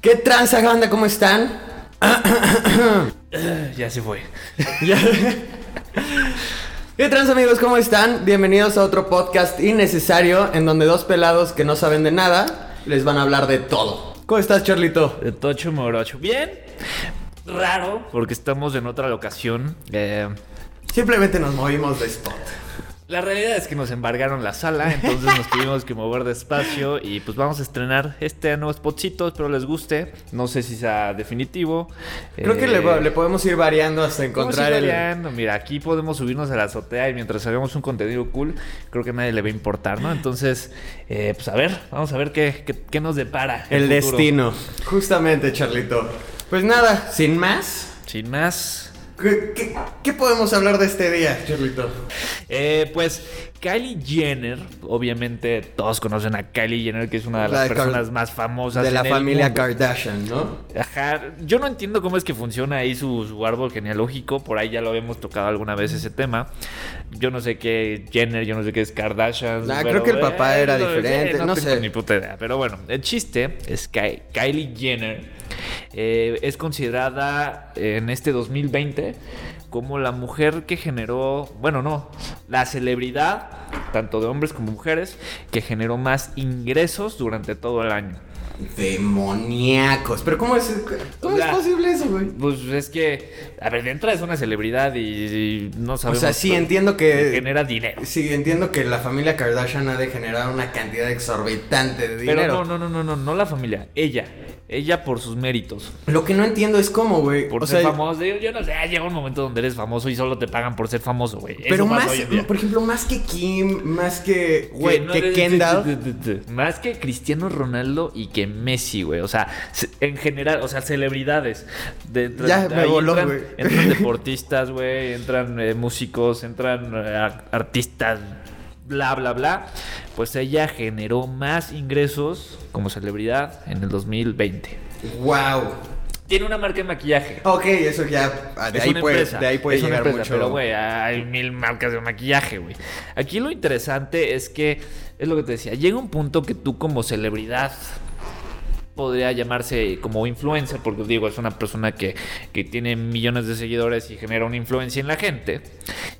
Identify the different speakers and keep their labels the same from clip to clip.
Speaker 1: ¿Qué tranza, banda? ¿Cómo están?
Speaker 2: Ya se fue.
Speaker 1: Ya- ¿Qué trans amigos? ¿Cómo están? Bienvenidos a otro podcast innecesario en donde dos pelados que no saben de nada les van a hablar de todo. ¿Cómo estás, Charlito?
Speaker 2: De Tocho Morocho. Bien. Raro, porque estamos en otra locación. Eh,
Speaker 1: Simplemente nos movimos de spot.
Speaker 2: la realidad es que nos embargaron la sala, entonces nos tuvimos que mover despacio y pues vamos a estrenar este nuevo spotcito, espero les guste. No sé si sea definitivo.
Speaker 1: Creo que
Speaker 2: Eh,
Speaker 1: le, va- le podemos ir variando hasta
Speaker 2: vamos a ir
Speaker 1: encontrar el...
Speaker 2: variando. Mira, aquí podemos subirnos a la azotea y mientras hagamos un contenido cool, creo que a nadie le va a importar, ¿no? Entonces, eh, pues a ver, vamos a ver qué, qué- qué nos depara.
Speaker 1: El
Speaker 2: futuro.
Speaker 1: destino. Justamente, Charlito. Pues nada, sin más,
Speaker 2: Sin más,
Speaker 1: ¿qué, qué- qué podemos hablar de este día, Charlito?
Speaker 2: Eh, pues Kylie Jenner, obviamente todos conocen a Kylie Jenner, que es una de
Speaker 1: La
Speaker 2: las
Speaker 1: de Kar-
Speaker 2: personas más famosas
Speaker 1: De la
Speaker 2: en el
Speaker 1: familia
Speaker 2: mundo.
Speaker 1: Kardashian, ¿no?
Speaker 2: Ajá, yo no entiendo cómo es que funciona ahí su, su árbol genealógico, por ahí ya lo habíamos tocado alguna vez ese tema. Yo no sé qué es Jenner, yo no sé qué es Kardashian. eh,
Speaker 1: Ah, creo que el papá era
Speaker 2: no,
Speaker 1: diferente, no
Speaker 2: tengo
Speaker 1: sé.
Speaker 2: Ni puta idea, pero bueno, el chiste es que Kylie Jenner eh, es considerada en este 2020 como la mujer que generó, bueno, no, la celebridad, tanto de hombres como mujeres, que generó más ingresos durante todo el año.
Speaker 1: Demoníacos. Pero ¿cómo es, cómo
Speaker 2: O sea,
Speaker 1: es posible eso, güey?
Speaker 2: Pues es que, a ver, de entrada es una celebridad y, y no sabemos.
Speaker 1: O sea, sí
Speaker 2: pero
Speaker 1: entiendo que.
Speaker 2: Genera dinero.
Speaker 1: Sí, entiendo que la familia Kardashian ha de generar una cantidad exorbitante de dinero.
Speaker 2: Pero no, no, no, no, no, no la familia, ella. Ella por sus méritos.
Speaker 1: Lo que no entiendo es cómo, güey.
Speaker 2: Por
Speaker 1: O
Speaker 2: ser
Speaker 1: sea,
Speaker 2: famoso. Yo, yo no sé, llega un momento donde eres famoso y solo te pagan por ser famoso, güey. Eso
Speaker 1: pero
Speaker 2: pasa
Speaker 1: más,
Speaker 2: hoy en día.
Speaker 1: por ejemplo, más que Kim, más que,
Speaker 2: Güey,
Speaker 1: que,
Speaker 2: no,
Speaker 1: que
Speaker 2: de- de-
Speaker 1: Kendall.
Speaker 2: de- de- de- de- Más que Cristiano Ronaldo y que Messi, güey. O sea, se- en general, o sea, celebridades. De, de-
Speaker 1: Ya, me
Speaker 2: ahí
Speaker 1: voló,
Speaker 2: entran,
Speaker 1: güey.
Speaker 2: entran deportistas, güey. Entran eh, músicos, entran eh, ar- artistas, bla, bla, bla. Pues ella generó más ingresos como celebridad en el 2020.
Speaker 1: Wow.
Speaker 2: Tiene una marca de maquillaje.
Speaker 1: Ok, eso ya. ah, De
Speaker 2: Es
Speaker 1: ahí,
Speaker 2: una
Speaker 1: puede,
Speaker 2: empresa,
Speaker 1: de ahí puede
Speaker 2: es una
Speaker 1: llegar
Speaker 2: empresa,
Speaker 1: mucho.
Speaker 2: Pero, güey, hay mil marcas de maquillaje, güey. Aquí lo interesante es que, es lo que te decía, llega un punto que tú como celebridad podría llamarse como influencer, porque digo, es una persona que, que tiene millones de seguidores y genera una influencia en la gente.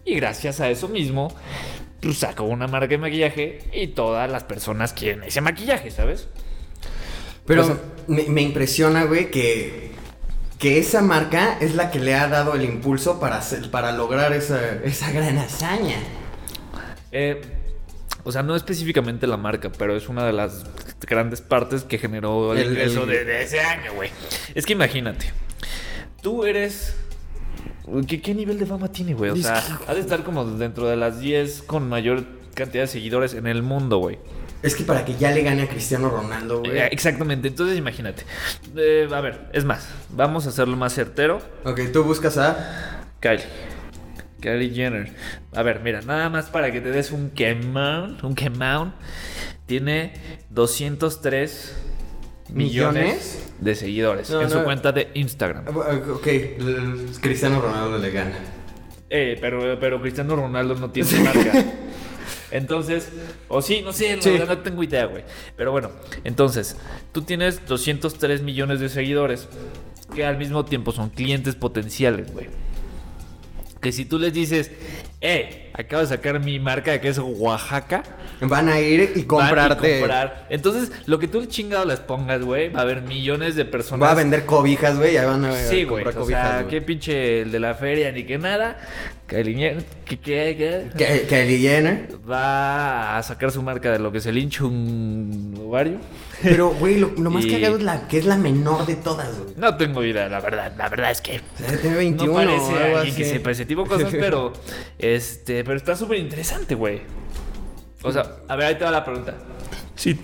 Speaker 2: Y gracias a eso mismo, pues, sacó una marca de maquillaje y todas las personas quieren ese maquillaje, ¿sabes?
Speaker 1: Pero
Speaker 2: O sea-
Speaker 1: me, me impresiona, güey, que, que esa marca es la que le ha dado el impulso para, hacer- para lograr esa, esa gran hazaña.
Speaker 2: Eh, o sea, no específicamente la marca, pero es una de las grandes partes que generó el,
Speaker 1: El-
Speaker 2: ingreso
Speaker 1: el-
Speaker 2: De, de ese año, güey. Es que imagínate, tú eres... ¿Qué, qué nivel de fama tiene, güey? O
Speaker 1: Es
Speaker 2: sea, has de estar como dentro de las 10 con mayor cantidad de seguidores en el mundo, güey.
Speaker 1: Es que para que ya le gane a Cristiano Ronaldo, güey.
Speaker 2: Eh, exactamente, entonces imagínate. Eh, a ver, es más, vamos a hacerlo más certero.
Speaker 1: Ok, tú buscas a.
Speaker 2: Kylie. Kylie Jenner. A ver, mira, nada más para que te des un quemón. Un quemón. Tiene 203 millones,
Speaker 1: ¿Millones?
Speaker 2: de seguidores
Speaker 1: No,
Speaker 2: en su
Speaker 1: no.
Speaker 2: cuenta de Instagram.
Speaker 1: Ok, l- Cristiano Ronaldo le gana.
Speaker 2: Eh, pero, pero Cristiano Ronaldo no tiene marca. Entonces, o sí, no sé, la
Speaker 1: Sí.
Speaker 2: verdad no tengo idea, güey. Pero bueno, entonces, tú tienes 203 millones de seguidores que al mismo tiempo son clientes potenciales, güey. Que si tú les dices, eh, acabo de sacar mi marca de queso Oaxaca,
Speaker 1: Van a ir y
Speaker 2: van y
Speaker 1: comprarte.
Speaker 2: comprar. Entonces, lo que tú el chingado les pongas, güey, va a haber millones de personas.
Speaker 1: Va a vender cobijas, güey. Ya van a
Speaker 2: Sí, güey.
Speaker 1: comprar
Speaker 2: O
Speaker 1: cobijas.
Speaker 2: sea,
Speaker 1: güey.
Speaker 2: qué pinche el de la feria ni que nada. Que el iñe- que, que-
Speaker 1: Ke-
Speaker 2: que-
Speaker 1: Kylie Jenner.
Speaker 2: va a sacar su marca de lo que es el hinchun ovario.
Speaker 1: Pero, güey, lo, lo más
Speaker 2: Y-
Speaker 1: cagado es la, que es la menor de todas, güey.
Speaker 2: No tengo idea, la verdad. La verdad es que
Speaker 1: O sea, tiene 21
Speaker 2: no parece
Speaker 1: o algo
Speaker 2: alguien que
Speaker 1: así.
Speaker 2: sepa ese tipo de cosas, pero este, pero está súper interesante, güey. O sea, a ver, ahí te va la pregunta. Sí.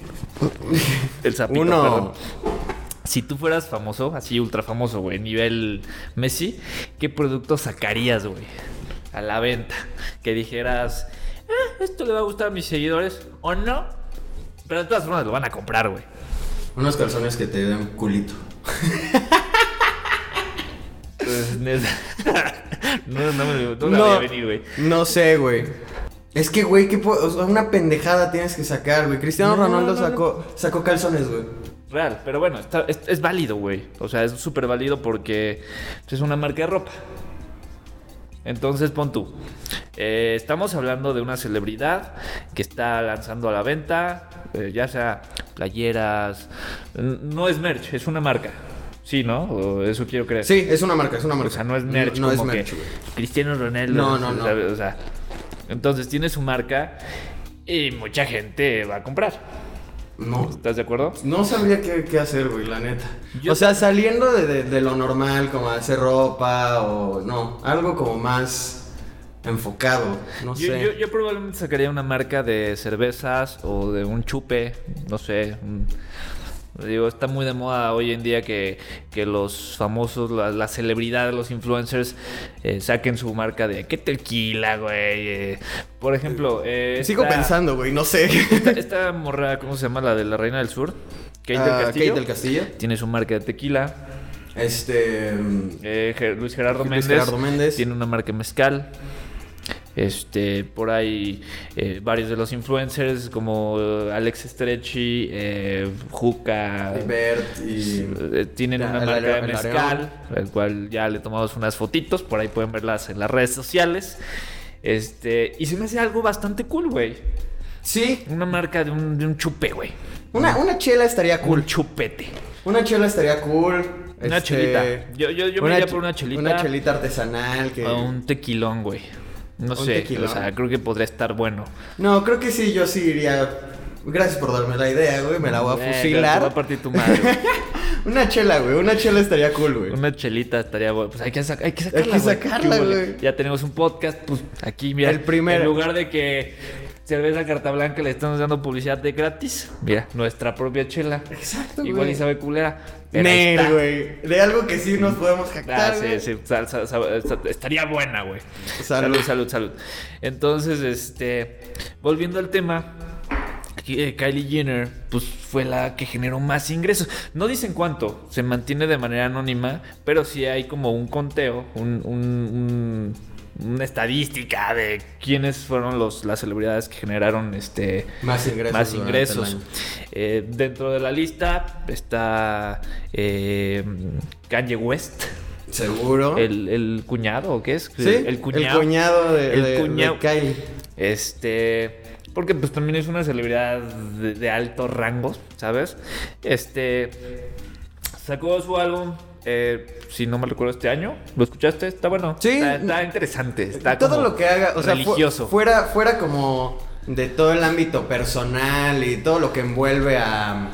Speaker 2: El sapito,
Speaker 1: Uno.
Speaker 2: perdón. Si tú fueras famoso, así ultra famoso, güey, nivel Messi, ¿qué producto sacarías, güey? A la venta. Que dijeras, "Ah, esto le va a gustar a mis seguidores o no. Pero de todas formas lo van a comprar, güey.
Speaker 1: Unos calzones que te den culito.
Speaker 2: Entonces, neta, no, no me no la
Speaker 1: No.
Speaker 2: veía venir, güey.
Speaker 1: No sé, güey. Es que, güey, ¿qué po- o sea, una pendejada tienes que sacar, güey. Cristiano
Speaker 2: No,
Speaker 1: Ronaldo
Speaker 2: no, no.
Speaker 1: sacó, sacó calzones, güey.
Speaker 2: Real, pero bueno, está- es, es válido, güey. O sea, es súper válido porque pues, es una marca de ropa. Entonces, pon tú. eh, estamos hablando de una celebridad que está lanzando a la venta, eh, ya sea playeras. n- No es merch, es una marca. Sí, ¿no? O eso quiero creer.
Speaker 1: Sí, es una marca, es una marca.
Speaker 2: O sea, no es merch.
Speaker 1: No, no
Speaker 2: como
Speaker 1: es merch,
Speaker 2: que
Speaker 1: güey.
Speaker 2: Cristiano Ronaldo.
Speaker 1: No, no, no.
Speaker 2: O sea, entonces tiene su marca y mucha gente va a comprar.
Speaker 1: No.
Speaker 2: ¿Estás de acuerdo?
Speaker 1: No sabría qué, qué hacer, güey, la neta.
Speaker 2: Yo-
Speaker 1: O sea, saliendo de, de- de lo normal, como hacer ropa o no, algo como más enfocado, no
Speaker 2: Yo,
Speaker 1: sé.
Speaker 2: yo- yo probablemente sacaría una marca de cervezas o de un chupe, no sé. un- Digo, está muy de moda hoy en día que, que los famosos, la- las celebridades, los influencers eh, saquen su marca de qué tequila, güey. Eh, por ejemplo, eh,
Speaker 1: Sigo
Speaker 2: esta-
Speaker 1: pensando, güey, no sé.
Speaker 2: Esta, esta morra, ¿cómo se llama? La de la Reina del Sur. Kate
Speaker 1: Ah,
Speaker 2: del Castillo.
Speaker 1: Kate del Castillo.
Speaker 2: Tiene su marca de tequila.
Speaker 1: Este. mm,
Speaker 2: Eh, Ger- Luis Gerardo
Speaker 1: Luis
Speaker 2: Méndez.
Speaker 1: Gerardo Méndez.
Speaker 2: Tiene una marca mezcal. Este, por ahí eh, varios de los influencers como eh, Alex Stretchy, eh, Juca,
Speaker 1: Bert y.
Speaker 2: eh, tienen
Speaker 1: La-
Speaker 2: una
Speaker 1: la-
Speaker 2: marca
Speaker 1: la-
Speaker 2: de
Speaker 1: la-
Speaker 2: mezcal, el cual ya le tomamos unas fotitos, por ahí pueden verlas en las redes sociales. Este, y se me hace algo bastante cool, güey.
Speaker 1: Sí,
Speaker 2: Una marca de un, de un chupe, güey.
Speaker 1: una, una chela estaría
Speaker 2: Un
Speaker 1: cool.
Speaker 2: chupete.
Speaker 1: Una chela estaría cool.
Speaker 2: Una
Speaker 1: este,
Speaker 2: chelita. Yo, yo, yo me iría
Speaker 1: ch-
Speaker 2: por una chelita.
Speaker 1: Una chelita artesanal. Que...
Speaker 2: O un tequilón, güey. No
Speaker 1: Un
Speaker 2: sé,
Speaker 1: tequilón.
Speaker 2: o sea, creo que podría estar bueno.
Speaker 1: No, creo que sí, yo sí iría. Gracias por darme la idea, güey. Me la voy a
Speaker 2: Eh,
Speaker 1: fusilar.
Speaker 2: te va a partir tu madre. güey.
Speaker 1: Una chela, güey. Una chela estaría cool, güey.
Speaker 2: Una chelita estaría bueno. Pues hay que, sac- hay que sacarla,
Speaker 1: Hay que
Speaker 2: güey.
Speaker 1: sacarla,
Speaker 2: ¿Qué hubo,
Speaker 1: güey?
Speaker 2: Ya tenemos un podcast, pues aquí, mira.
Speaker 1: El primero.
Speaker 2: En lugar de que cerveza carta blanca le estamos dando publicidad de gratis, mira, nuestra propia chela.
Speaker 1: Exacto,
Speaker 2: Igual y
Speaker 1: güey.
Speaker 2: sabe culera. pero ahí
Speaker 1: Ner,
Speaker 2: está.
Speaker 1: güey. De algo que sí nos podemos
Speaker 2: Ah,
Speaker 1: jactar.
Speaker 2: sí,
Speaker 1: güey.
Speaker 2: sí, sal- sal- sal- sal- estaría buena, güey.
Speaker 1: Salud.
Speaker 2: Salud, salud, salud. Entonces, este, volviendo al tema, aquí, eh, Kylie Jenner, pues fue la que generó más ingresos. No dicen cuánto, se mantiene de manera anónima, pero sí hay como un conteo, un- un- un- una estadística de quiénes fueron los, las celebridades que generaron este
Speaker 1: Más ingresos.
Speaker 2: más
Speaker 1: durante el
Speaker 2: ingresos.
Speaker 1: año.
Speaker 2: Eh, dentro de la lista está eh, Kanye West.
Speaker 1: Seguro.
Speaker 2: El, el cuñado, ¿o qué es?
Speaker 1: Sí, el cuñado. El cuñado de,
Speaker 2: El
Speaker 1: de- de
Speaker 2: cuñado.
Speaker 1: Kylie.
Speaker 2: Este. Porque pues también es una celebridad de, de alto rango, ¿sabes? Este. Sacó su álbum. eh, si no me recuerdo este año, ¿lo escuchaste? Está bueno.
Speaker 1: Sí.
Speaker 2: Está, está interesante. Está
Speaker 1: todo
Speaker 2: como
Speaker 1: lo que haga, o sea, fu-
Speaker 2: religioso.
Speaker 1: fuera, fuera como de todo el ámbito personal y todo lo que envuelve a,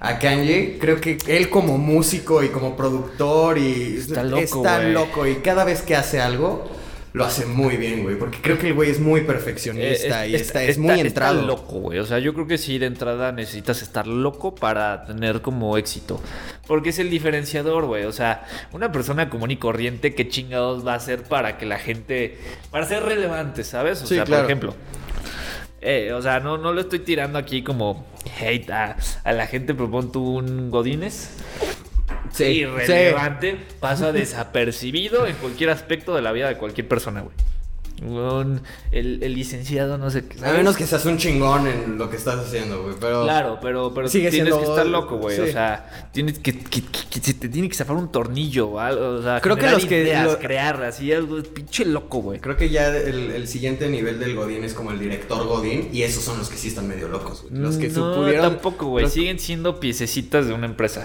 Speaker 1: a Kanye, creo que él como músico y como productor y
Speaker 2: Está loco,
Speaker 1: está
Speaker 2: güey.
Speaker 1: loco y cada vez que hace algo lo hace muy bien, güey, porque creo que el güey es muy perfeccionista
Speaker 2: Eh,
Speaker 1: y está, es muy
Speaker 2: está
Speaker 1: entrado.
Speaker 2: loco, güey. O sea, yo creo que sí, de entrada necesitas estar loco para tener como éxito. Porque es el diferenciador, güey. O sea, una persona común y corriente, ¿qué chingados va a hacer para que la gente. para ser relevante, ¿sabes? O
Speaker 1: Sí,
Speaker 2: sea,
Speaker 1: claro.
Speaker 2: por ejemplo. eh, o sea, no, no le estoy tirando aquí como hate a, a la gente. Propon tú un Godínez irrelevante, pasa desapercibido en cualquier aspecto de la vida de cualquier persona, güey. Weón, el, el licenciado no sé qué.
Speaker 1: A menos que seas un chingón en lo que estás haciendo, güey, pero...
Speaker 2: Claro, pero, pero
Speaker 1: Sigue
Speaker 2: tienes
Speaker 1: siendo-
Speaker 2: que estar loco, güey.
Speaker 1: sí.
Speaker 2: O sea, tienes que, que- que- que se te tiene que zafar un tornillo, o algo, o sea,
Speaker 1: Creo que
Speaker 2: generar
Speaker 1: los que-
Speaker 2: ideas,
Speaker 1: lo-
Speaker 2: crear así algo pinche loco, güey.
Speaker 1: Creo que ya el, el siguiente nivel del Godín es como el director Godín y esos son los que sí están medio locos, güey. Los que
Speaker 2: Mm, no,
Speaker 1: supudieron-
Speaker 2: tampoco, güey.
Speaker 1: los-
Speaker 2: Siguen siendo piececitas de una empresa.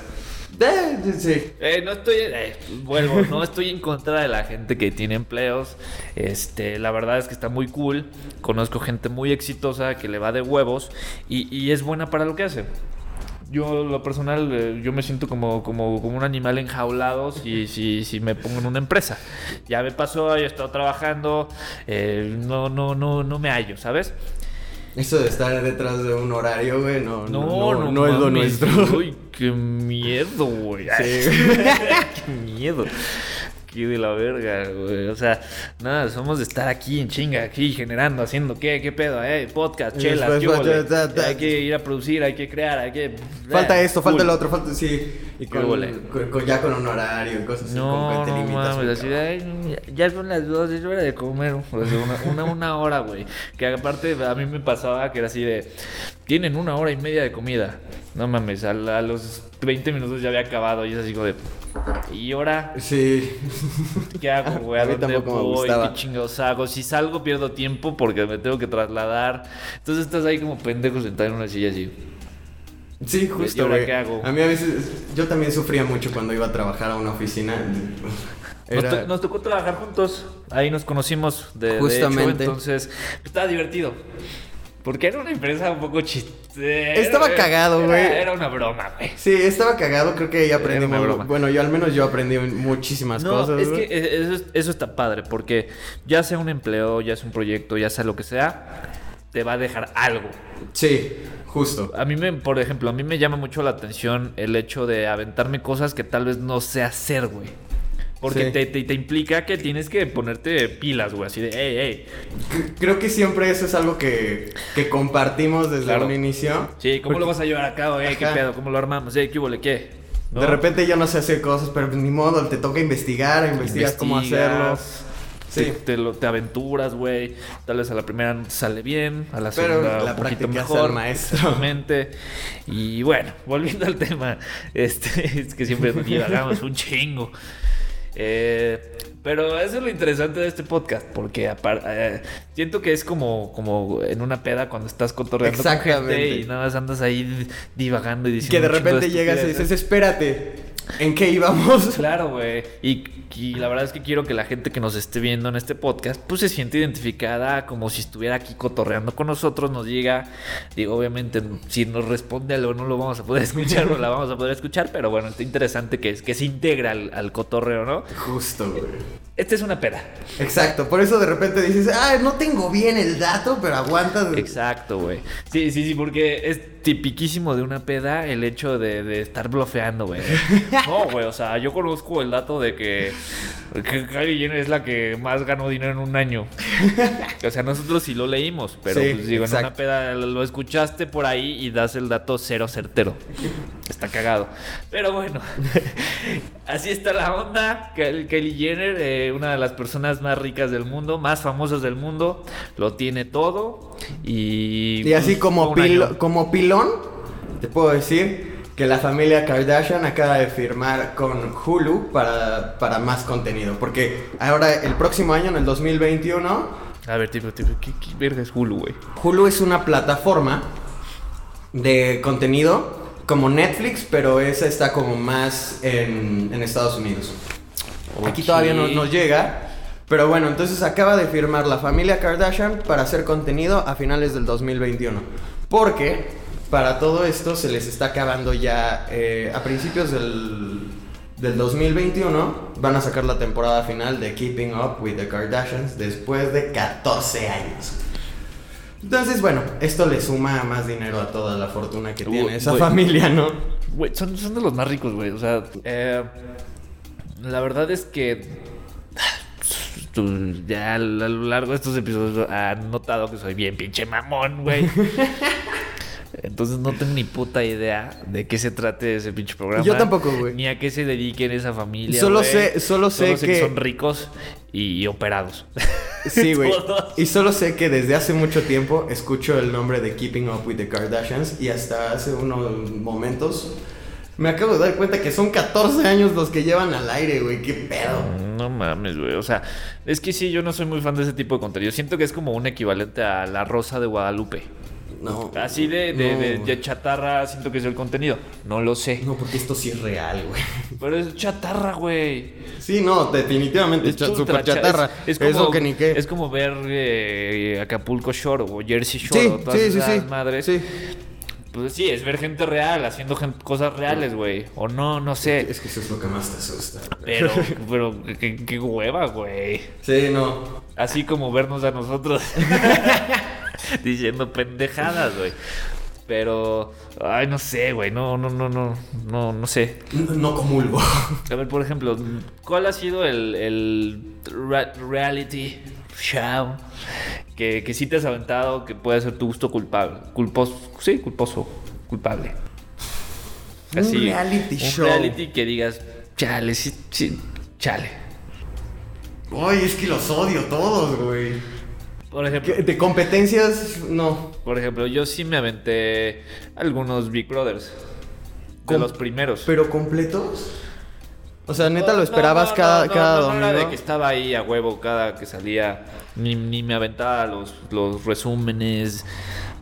Speaker 1: Eh, sí.
Speaker 2: Eh, no estoy, eh, vuelvo, no estoy en contra de la gente que tiene empleos. Este, la verdad es que está muy cool. Conozco gente muy exitosa que le va de huevos y, y es buena para lo que hace. Yo, lo personal, eh, yo me siento como, como, como un animal enjaulado si, si, si me pongo en una empresa. Ya me pasó, yo he estado trabajando, eh, no, no, no, no me hallo, ¿sabes?
Speaker 1: Eso de estar detrás de un horario, güey, no, no,
Speaker 2: No, no,
Speaker 1: no es lo
Speaker 2: mames,
Speaker 1: nuestro.
Speaker 2: Uy, qué miedo, güey.
Speaker 1: Sí.
Speaker 2: qué miedo. aquí de la verga, güey. O sea, nada, somos de estar aquí en chinga, aquí generando, haciendo qué, qué pedo, eh, podcast,
Speaker 1: Y
Speaker 2: chelas,
Speaker 1: después,
Speaker 2: qué hubole?
Speaker 1: pues, ya, ya, ya.
Speaker 2: hay que ir a producir, hay que crear, hay que. eh,
Speaker 1: Falta esto,
Speaker 2: Cool.
Speaker 1: falta lo otro, falta sí. Y
Speaker 2: Qué
Speaker 1: con,
Speaker 2: vole.
Speaker 1: con- con- ya con un horario y cosas así. como
Speaker 2: No,
Speaker 1: que te
Speaker 2: no
Speaker 1: limitas un
Speaker 2: mames, así de,
Speaker 1: cabrón.
Speaker 2: "Ay, ya son las dos, es hora de comer. O sea, una, una, una hora, güey. Que aparte a mí me pasaba que era así de, tienen una hora y media de comida. No mames, a, la- a los 20 minutos ya había acabado y es así como de, ¿y ahora
Speaker 1: Sí.
Speaker 2: qué hago, güey?
Speaker 1: A
Speaker 2: ¿A
Speaker 1: mí
Speaker 2: dónde
Speaker 1: tampoco me
Speaker 2: voy?
Speaker 1: gustaba.
Speaker 2: ¿Qué chingados hago? Si salgo pierdo tiempo porque me tengo que trasladar. Entonces estás ahí como pendejo sentado en una silla así.
Speaker 1: Sí,
Speaker 2: ¿Y
Speaker 1: justo,
Speaker 2: ahora
Speaker 1: güey.
Speaker 2: qué hago?
Speaker 1: A mí a veces, yo también sufría mucho cuando iba a trabajar a una oficina.
Speaker 2: Nos,
Speaker 1: Era-
Speaker 2: to- nos tocó trabajar juntos. Ahí nos conocimos de, de hecho,
Speaker 1: Justamente.
Speaker 2: entonces pues, estaba divertido. Porque era una empresa un poco chiste.
Speaker 1: Estaba
Speaker 2: era-
Speaker 1: cagado,
Speaker 2: era-
Speaker 1: güey.
Speaker 2: Era, una broma, güey.
Speaker 1: Sí, estaba cagado, creo que ahí aprendí
Speaker 2: una
Speaker 1: mu-
Speaker 2: broma.
Speaker 1: Bueno, yo al menos yo aprendí muchísimas
Speaker 2: No,
Speaker 1: cosas.
Speaker 2: es que
Speaker 1: güey.
Speaker 2: eh, eso, es- eso está padre, porque ya sea un empleo, ya sea un proyecto, ya sea lo que sea, te va a dejar algo.
Speaker 1: Sí, justo.
Speaker 2: A mí, me, por ejemplo, a mí me llama mucho la atención el hecho de aventarme cosas que tal vez no sé hacer, güey. Porque
Speaker 1: Sí.
Speaker 2: te, te- te implica que tienes que ponerte pilas, güey. Así de, hey, hey,
Speaker 1: C- Creo que siempre eso es algo que, que compartimos desde
Speaker 2: Claro.
Speaker 1: un inicio.
Speaker 2: Sí, ¿cómo lo vas a llevar a cabo? Eh? ¿Qué
Speaker 1: Ajá.
Speaker 2: pedo? ¿Cómo lo armamos? Eh, ¿Qué hubo? le? ¿Qué? ¿No?
Speaker 1: De repente yo no sé hacer cosas, pero pues ni modo, te toca investigar, investigas cómo hacerlo.
Speaker 2: Investigas, Te,
Speaker 1: Sí,
Speaker 2: te lo- te aventuras, güey. Tal vez a la primera no te sale bien, a la
Speaker 1: pero la
Speaker 2: segunda un poquito
Speaker 1: práctica es
Speaker 2: mejor.
Speaker 1: el maestro.
Speaker 2: Exactamente. Y bueno, volviendo al tema, este, es que siempre nos divagamos un chingo. Eh, pero eso es lo interesante de este podcast, porque apar- eh, siento que es como, como en una peda cuando estás cotorreando con gente
Speaker 1: Exactamente.
Speaker 2: y nada más andas ahí divagando y diciendo.
Speaker 1: Que de
Speaker 2: un chingo
Speaker 1: repente llegas y
Speaker 2: estupideces.
Speaker 1: dices, espérate, ¿en qué íbamos?
Speaker 2: Claro, güey. Y, y la verdad es que quiero que la gente que nos esté viendo en este podcast, pues se siente identificada como si estuviera aquí cotorreando con nosotros, nos diga, digo, obviamente, si nos responde algo, no lo vamos a poder escuchar, no la vamos a poder escuchar, pero bueno, está interesante que, es, que se integra al, al cotorreo, ¿no?
Speaker 1: Justo, güey.
Speaker 2: Esta es una peda.
Speaker 1: Exacto, por eso de repente dices, ah, no tengo bien el dato, pero aguanta.
Speaker 2: Exacto, güey. Sí, sí, sí, porque es tipiquísimo de una peda el hecho de, de estar blofeando, güey. No, güey, o sea, yo conozco el dato de que, que Kylie Jenner es la que más ganó dinero en un año. O sea, nosotros sí lo leímos, pero
Speaker 1: Sí,
Speaker 2: pues, digo, en una
Speaker 1: exacto.
Speaker 2: peda lo escuchaste por ahí y das el dato cero certero. Está cagado. Pero bueno, así está la onda. Ky- Kylie Jenner, eh, una de las personas más ricas del mundo, más famosas del mundo, lo tiene todo. Y,
Speaker 1: Y así
Speaker 2: pues,
Speaker 1: como,
Speaker 2: fue un
Speaker 1: pilo-
Speaker 2: año.
Speaker 1: como pilón, te puedo decir que la familia Kardashian acaba de firmar con Hulu para, para más contenido. Porque ahora, el próximo año, en el 2021,
Speaker 2: A ver, tipo, tipo, ¿qué, qué verga es Hulu, güey?
Speaker 1: Hulu es una plataforma de contenido como Netflix, pero esa está como más en, en Estados Unidos. Aquí
Speaker 2: Ok.
Speaker 1: todavía no nos llega. Pero bueno, entonces acaba de firmar la familia Kardashian para hacer contenido a finales del 2021. Porque para todo esto se les está acabando ya eh, a principios del, del 2021. Van a sacar la temporada final de Keeping Up with the Kardashians después de 14 años. Entonces, bueno, esto le suma más dinero a toda la fortuna que
Speaker 2: Uy,
Speaker 1: tiene esa
Speaker 2: Uh, güey.
Speaker 1: familia, ¿no?
Speaker 2: Güey, son, son de los más ricos, güey. O sea, eh, la verdad es que. tú ya a lo largo de estos episodios han notado que soy bien pinche mamón, güey. Entonces no tengo ni puta idea de qué se trate ese pinche programa.
Speaker 1: Yo tampoco, güey.
Speaker 2: Ni a qué se dediquen esa familia.
Speaker 1: Solo
Speaker 2: güey.
Speaker 1: sé- solo sé que-
Speaker 2: son ricos y operados.
Speaker 1: Sí, güey.
Speaker 2: Todos.
Speaker 1: Y solo sé que desde hace mucho tiempo escucho el nombre de Keeping Up with the Kardashians y hasta hace unos momentos me acabo de dar cuenta que son 14 años los que llevan al aire, güey. ¿Qué pedo?
Speaker 2: No mames, güey. O sea, es que sí, yo no soy muy fan de ese tipo de contenido. Siento que es como un equivalente a La Rosa de Guadalupe.
Speaker 1: No.
Speaker 2: Así de, de-
Speaker 1: no,
Speaker 2: de-
Speaker 1: güey.
Speaker 2: de chatarra siento que es el contenido. No lo sé.
Speaker 1: No, porque esto sí es real, güey.
Speaker 2: Pero es chatarra, güey.
Speaker 1: Sí, no, definitivamente.
Speaker 2: Es
Speaker 1: cha-
Speaker 2: ultra
Speaker 1: super
Speaker 2: cha-
Speaker 1: chatarra.
Speaker 2: Es, es
Speaker 1: Eso
Speaker 2: como,
Speaker 1: que ni qué.
Speaker 2: es como ver eh, Acapulco Shore o Jersey Shore
Speaker 1: sí,
Speaker 2: o todas
Speaker 1: sí, sí,
Speaker 2: esas
Speaker 1: sí.
Speaker 2: madres.
Speaker 1: Sí.
Speaker 2: Pues sí, es ver gente real haciendo gen- cosas reales, güey. O no, no sé.
Speaker 1: Es que eso es lo que más te asusta. güey.
Speaker 2: Pero, pero qué, qué hueva, güey.
Speaker 1: Sí, no.
Speaker 2: Así como vernos a nosotros diciendo pendejadas, güey. Pero, ay, no sé, güey, no, no, no, no, no, no sé.
Speaker 1: No, no comulgo.
Speaker 2: A ver, por ejemplo, ¿cuál ha sido el, el ra- reality show que, que sí te has aventado que puede ser tu gusto culpable? Culposo, sí, culposo, culpable.
Speaker 1: Un reality
Speaker 2: un
Speaker 1: show.
Speaker 2: reality que digas, chale, sí, sí, chale.
Speaker 1: Ay, es que los odio todos, güey.
Speaker 2: Por ejemplo,
Speaker 1: ¿Qué- De competencias, no.
Speaker 2: por ejemplo, yo sí me aventé algunos Big Brothers. De
Speaker 1: Com-
Speaker 2: los primeros.
Speaker 1: ¿Pero completos? O sea, neta,
Speaker 2: No,
Speaker 1: lo
Speaker 2: no,
Speaker 1: esperabas
Speaker 2: no,
Speaker 1: cada,
Speaker 2: no,
Speaker 1: cada
Speaker 2: no, no era
Speaker 1: domingo.
Speaker 2: de que estaba ahí a huevo cada que salía, ni, ni me aventaba los, los resúmenes.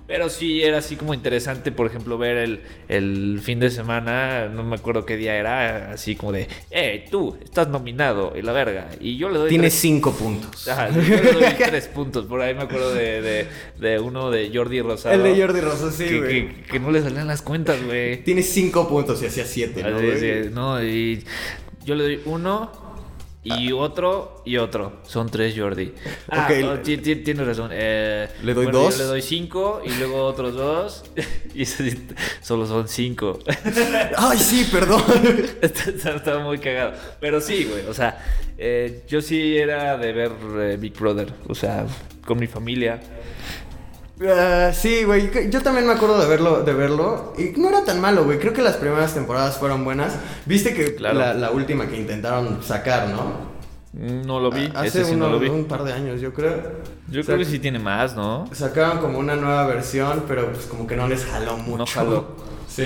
Speaker 2: Pero sí era así como interesante, por ejemplo, ver el, el fin de semana, no me acuerdo qué día era, así como de, eh, tú estás nominado y la verga. Y yo le doy
Speaker 1: Tiene
Speaker 2: tres-
Speaker 1: cinco puntos.
Speaker 2: Ajá, yo le doy tres puntos. Por ahí me acuerdo de, de- de uno de Jordi Rosado.
Speaker 1: El de Jordi Rosa, sí,
Speaker 2: que,
Speaker 1: güey.
Speaker 2: que- que no le salían las cuentas, güey.
Speaker 1: Tiene cinco puntos y hacía siete, Este, ¿no,
Speaker 2: Así es,
Speaker 1: güey?
Speaker 2: sí, no, y yo le doy uno
Speaker 1: Ah.
Speaker 2: y otro y otro. Son tres, Jordi. Ah,
Speaker 1: Ok.
Speaker 2: no, ti- ti- tienes razón. Eh,
Speaker 1: ¿Le doy
Speaker 2: yo
Speaker 1: dos?
Speaker 2: le doy cinco y luego otros dos. Y sí, solo son cinco.
Speaker 1: Ay, sí, perdón.
Speaker 2: Estaba estaba muy cagado. Pero sí, güey. O sea, eh, yo sí era de ver eh, Big Brother. O sea, con mi familia.
Speaker 1: Ah, sí, güey. Yo también me acuerdo de verlo, de verlo. Y no era tan malo, güey. Creo que las primeras temporadas fueron buenas. Viste que
Speaker 2: Claro.
Speaker 1: la, la última que intentaron sacar, ¿no?
Speaker 2: No lo vi.
Speaker 1: Ah, Hace
Speaker 2: Ese sí no
Speaker 1: uno-
Speaker 2: lo vi.
Speaker 1: un par de años, yo creo.
Speaker 2: Yo
Speaker 1: O sea,
Speaker 2: creo que sí tiene más, ¿no?
Speaker 1: Sacaron como una nueva versión, pero pues como que no les jaló mucho.
Speaker 2: jaló.
Speaker 1: Sí.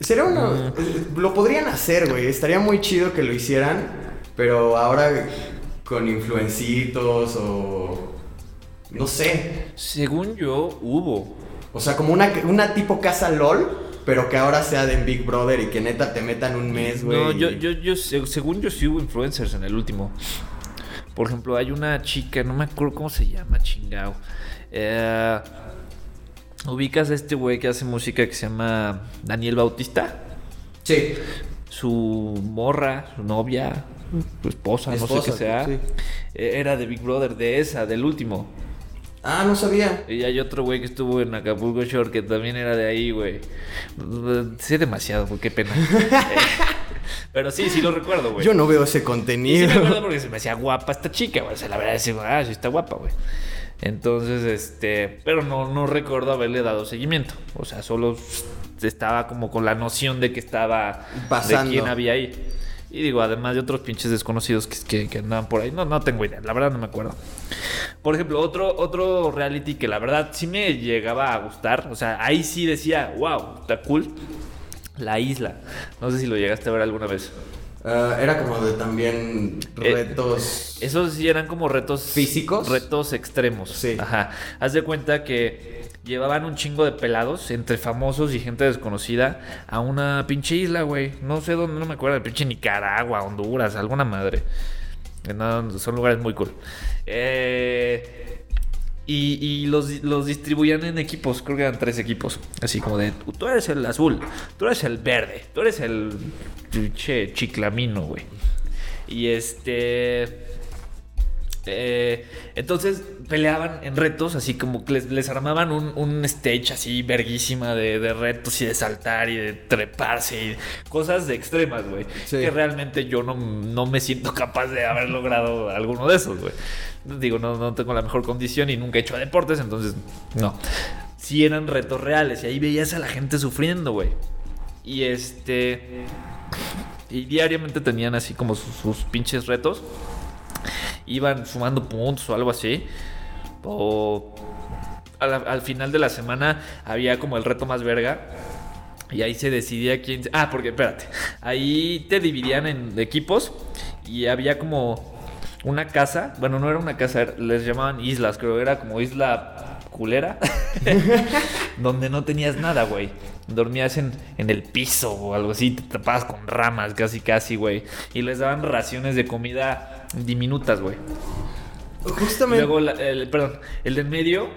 Speaker 1: Sería
Speaker 2: Mm.
Speaker 1: uno. Lo podrían hacer, güey. Estaría muy chido que lo hicieran. Pero ahora con influencitos o. No sé.
Speaker 2: Según yo, hubo.
Speaker 1: O sea, como una, una tipo casa LOL. Pero que ahora sea de Big Brother y que neta te metan un mes, güey.
Speaker 2: No, yo, yo, yo, se- según yo sí hubo influencers en el último. Por ejemplo, hay una chica, no me acuerdo cómo se llama, chingao. Eh, Ubicas a este güey que hace música que se llama Daniel Bautista.
Speaker 1: Sí.
Speaker 2: Su morra, su novia, su esposa, no sé
Speaker 1: Esposa,
Speaker 2: qué sea.
Speaker 1: sí.
Speaker 2: eh, Era de Big Brother, de esa, del último.
Speaker 1: Ah, no sabía.
Speaker 2: Y hay otro güey que estuvo en Acapulco Shore que también era de ahí, güey. Sé demasiado, güey, qué pena. Eh, Pero sí, sí lo recuerdo, güey.
Speaker 1: Yo no veo ese
Speaker 2: Y sí
Speaker 1: contenido.
Speaker 2: me acuerdo porque se me hacía guapa esta chica, güey. O sea, la verdad es que, ah, sí está guapa, güey. Entonces, este, pero no, no recuerdo haberle dado seguimiento. O sea, solo estaba como con la noción de que estaba
Speaker 1: Pasando.
Speaker 2: de quién había ahí. Y digo, además de otros pinches desconocidos que, que, que andaban por ahí. No, no tengo idea, la verdad no me acuerdo. Por ejemplo, otro, otro reality que la verdad sí me llegaba a gustar. O sea, ahí sí decía, wow, está cool. La isla. No sé si lo llegaste a ver alguna vez.
Speaker 1: Ah, era como de también
Speaker 2: Eh,
Speaker 1: retos.
Speaker 2: Esos sí eran como retos
Speaker 1: ¿Físicos?
Speaker 2: retos extremos.
Speaker 1: Sí.
Speaker 2: Ajá. Haz de cuenta que llevaban un chingo de pelados entre famosos y gente desconocida a una pinche isla, güey. No sé dónde, no me acuerdo, pinche Nicaragua, Honduras, alguna madre. Eh, No, son lugares muy cool. Eh, y, y los, los distribuían en equipos, creo que eran tres equipos. Así como de, tú tú eres el azul, tú eres el verde, tú eres el pinche chiclamino, güey. Y este... eh, entonces peleaban en retos, así como que les, les armaban un, un stage así verguísima de, de retos y de saltar y de treparse y cosas de extremas, güey.
Speaker 1: Sí.
Speaker 2: Que realmente yo no, no me siento capaz de haber logrado alguno de esos, güey. Digo, no, no tengo la mejor condición y nunca he hecho deportes, entonces no. Sí eran retos reales y ahí veías a la gente sufriendo, güey. Y este... Y diariamente tenían así como sus, sus pinches retos. Iban sumando puntos o algo así. O... a la- al final de la semana había como el reto más verga. Y ahí se decidía quién. Ah, porque espérate. Ahí te dividían en equipos y había como una casa. Bueno, no era una casa, era- les llamaban islas, creo. Era como isla culera. donde no tenías nada, güey. Dormías en, en el piso o algo así. Te tapabas con ramas, casi, casi, güey. Y les daban raciones de comida diminutas, güey.
Speaker 1: Justamente.
Speaker 2: Luego, la- el, perdón, el de en medio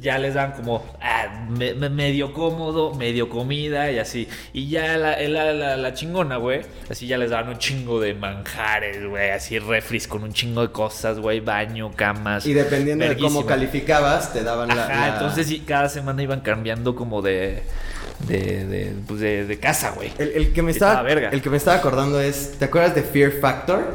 Speaker 2: ya les dan como ah, me- me- medio cómodo, medio comida y así. Y ya la, la- la- la chingona, güey, así ya les dan un chingo de manjares, güey, así refris con un chingo de cosas, güey, baño, camas.
Speaker 1: Y dependiendo de cómo
Speaker 2: Verguísima.
Speaker 1: calificabas, te daban la.
Speaker 2: Ajá,
Speaker 1: la-
Speaker 2: entonces sí, cada semana iban cambiando como de. de. de, pues, de- de casa, güey.
Speaker 1: El, el que me
Speaker 2: Estaba
Speaker 1: estaba,
Speaker 2: verga.
Speaker 1: el que me estaba acordando es, ¿te acuerdas de Fear Factor?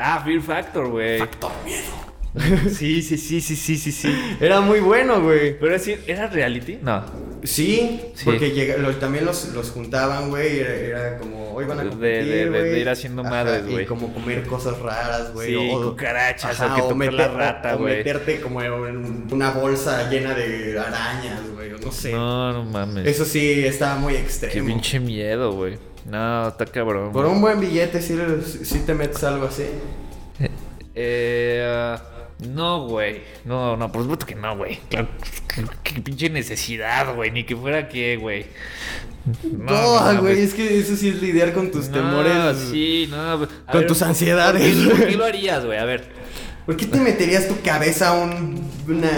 Speaker 2: Ah, Fear Factor, güey. Factor miedo. Sí, sí, sí, sí, sí, sí, sí.
Speaker 1: Era muy bueno, güey.
Speaker 2: Pero es decir, ¿era reality? No.
Speaker 1: Sí,
Speaker 2: Sí.
Speaker 1: porque llega- los- también los, los juntaban, güey, y era, era como, hoy van a
Speaker 2: De-
Speaker 1: competir,
Speaker 2: de- de- de
Speaker 1: güey".
Speaker 2: ir haciendo
Speaker 1: Ajá,
Speaker 2: madres, güey.
Speaker 1: Y como comer cosas raras, güey.
Speaker 2: Sí,
Speaker 1: o-
Speaker 2: cucarachas,
Speaker 1: ajá,
Speaker 2: o que
Speaker 1: o
Speaker 2: tocar la
Speaker 1: meter-
Speaker 2: rata,
Speaker 1: o
Speaker 2: güey.
Speaker 1: meterte como en una bolsa llena de arañas, güey, o no sé.
Speaker 2: No, no mames.
Speaker 1: Eso sí, estaba muy
Speaker 2: Qué
Speaker 1: extremo.
Speaker 2: pinche miedo, güey. No, está cabrón.
Speaker 1: Por un buen billete sí, sí te metes algo así.
Speaker 2: Eh, ah, no, güey. No, no, por supuesto que no, güey. Claro, qué, qué pinche necesidad, güey. Ni que fuera que, güey.
Speaker 1: No,
Speaker 2: mames.
Speaker 1: güey, es que eso sí es lidiar con tus
Speaker 2: pues No,
Speaker 1: temores.
Speaker 2: Sí, no. a
Speaker 1: Con tus ansiedades.
Speaker 2: ¿por qué- ¿Por qué lo harías, güey? A ver.
Speaker 1: ¿Por qué te meterías tu cabeza a un, una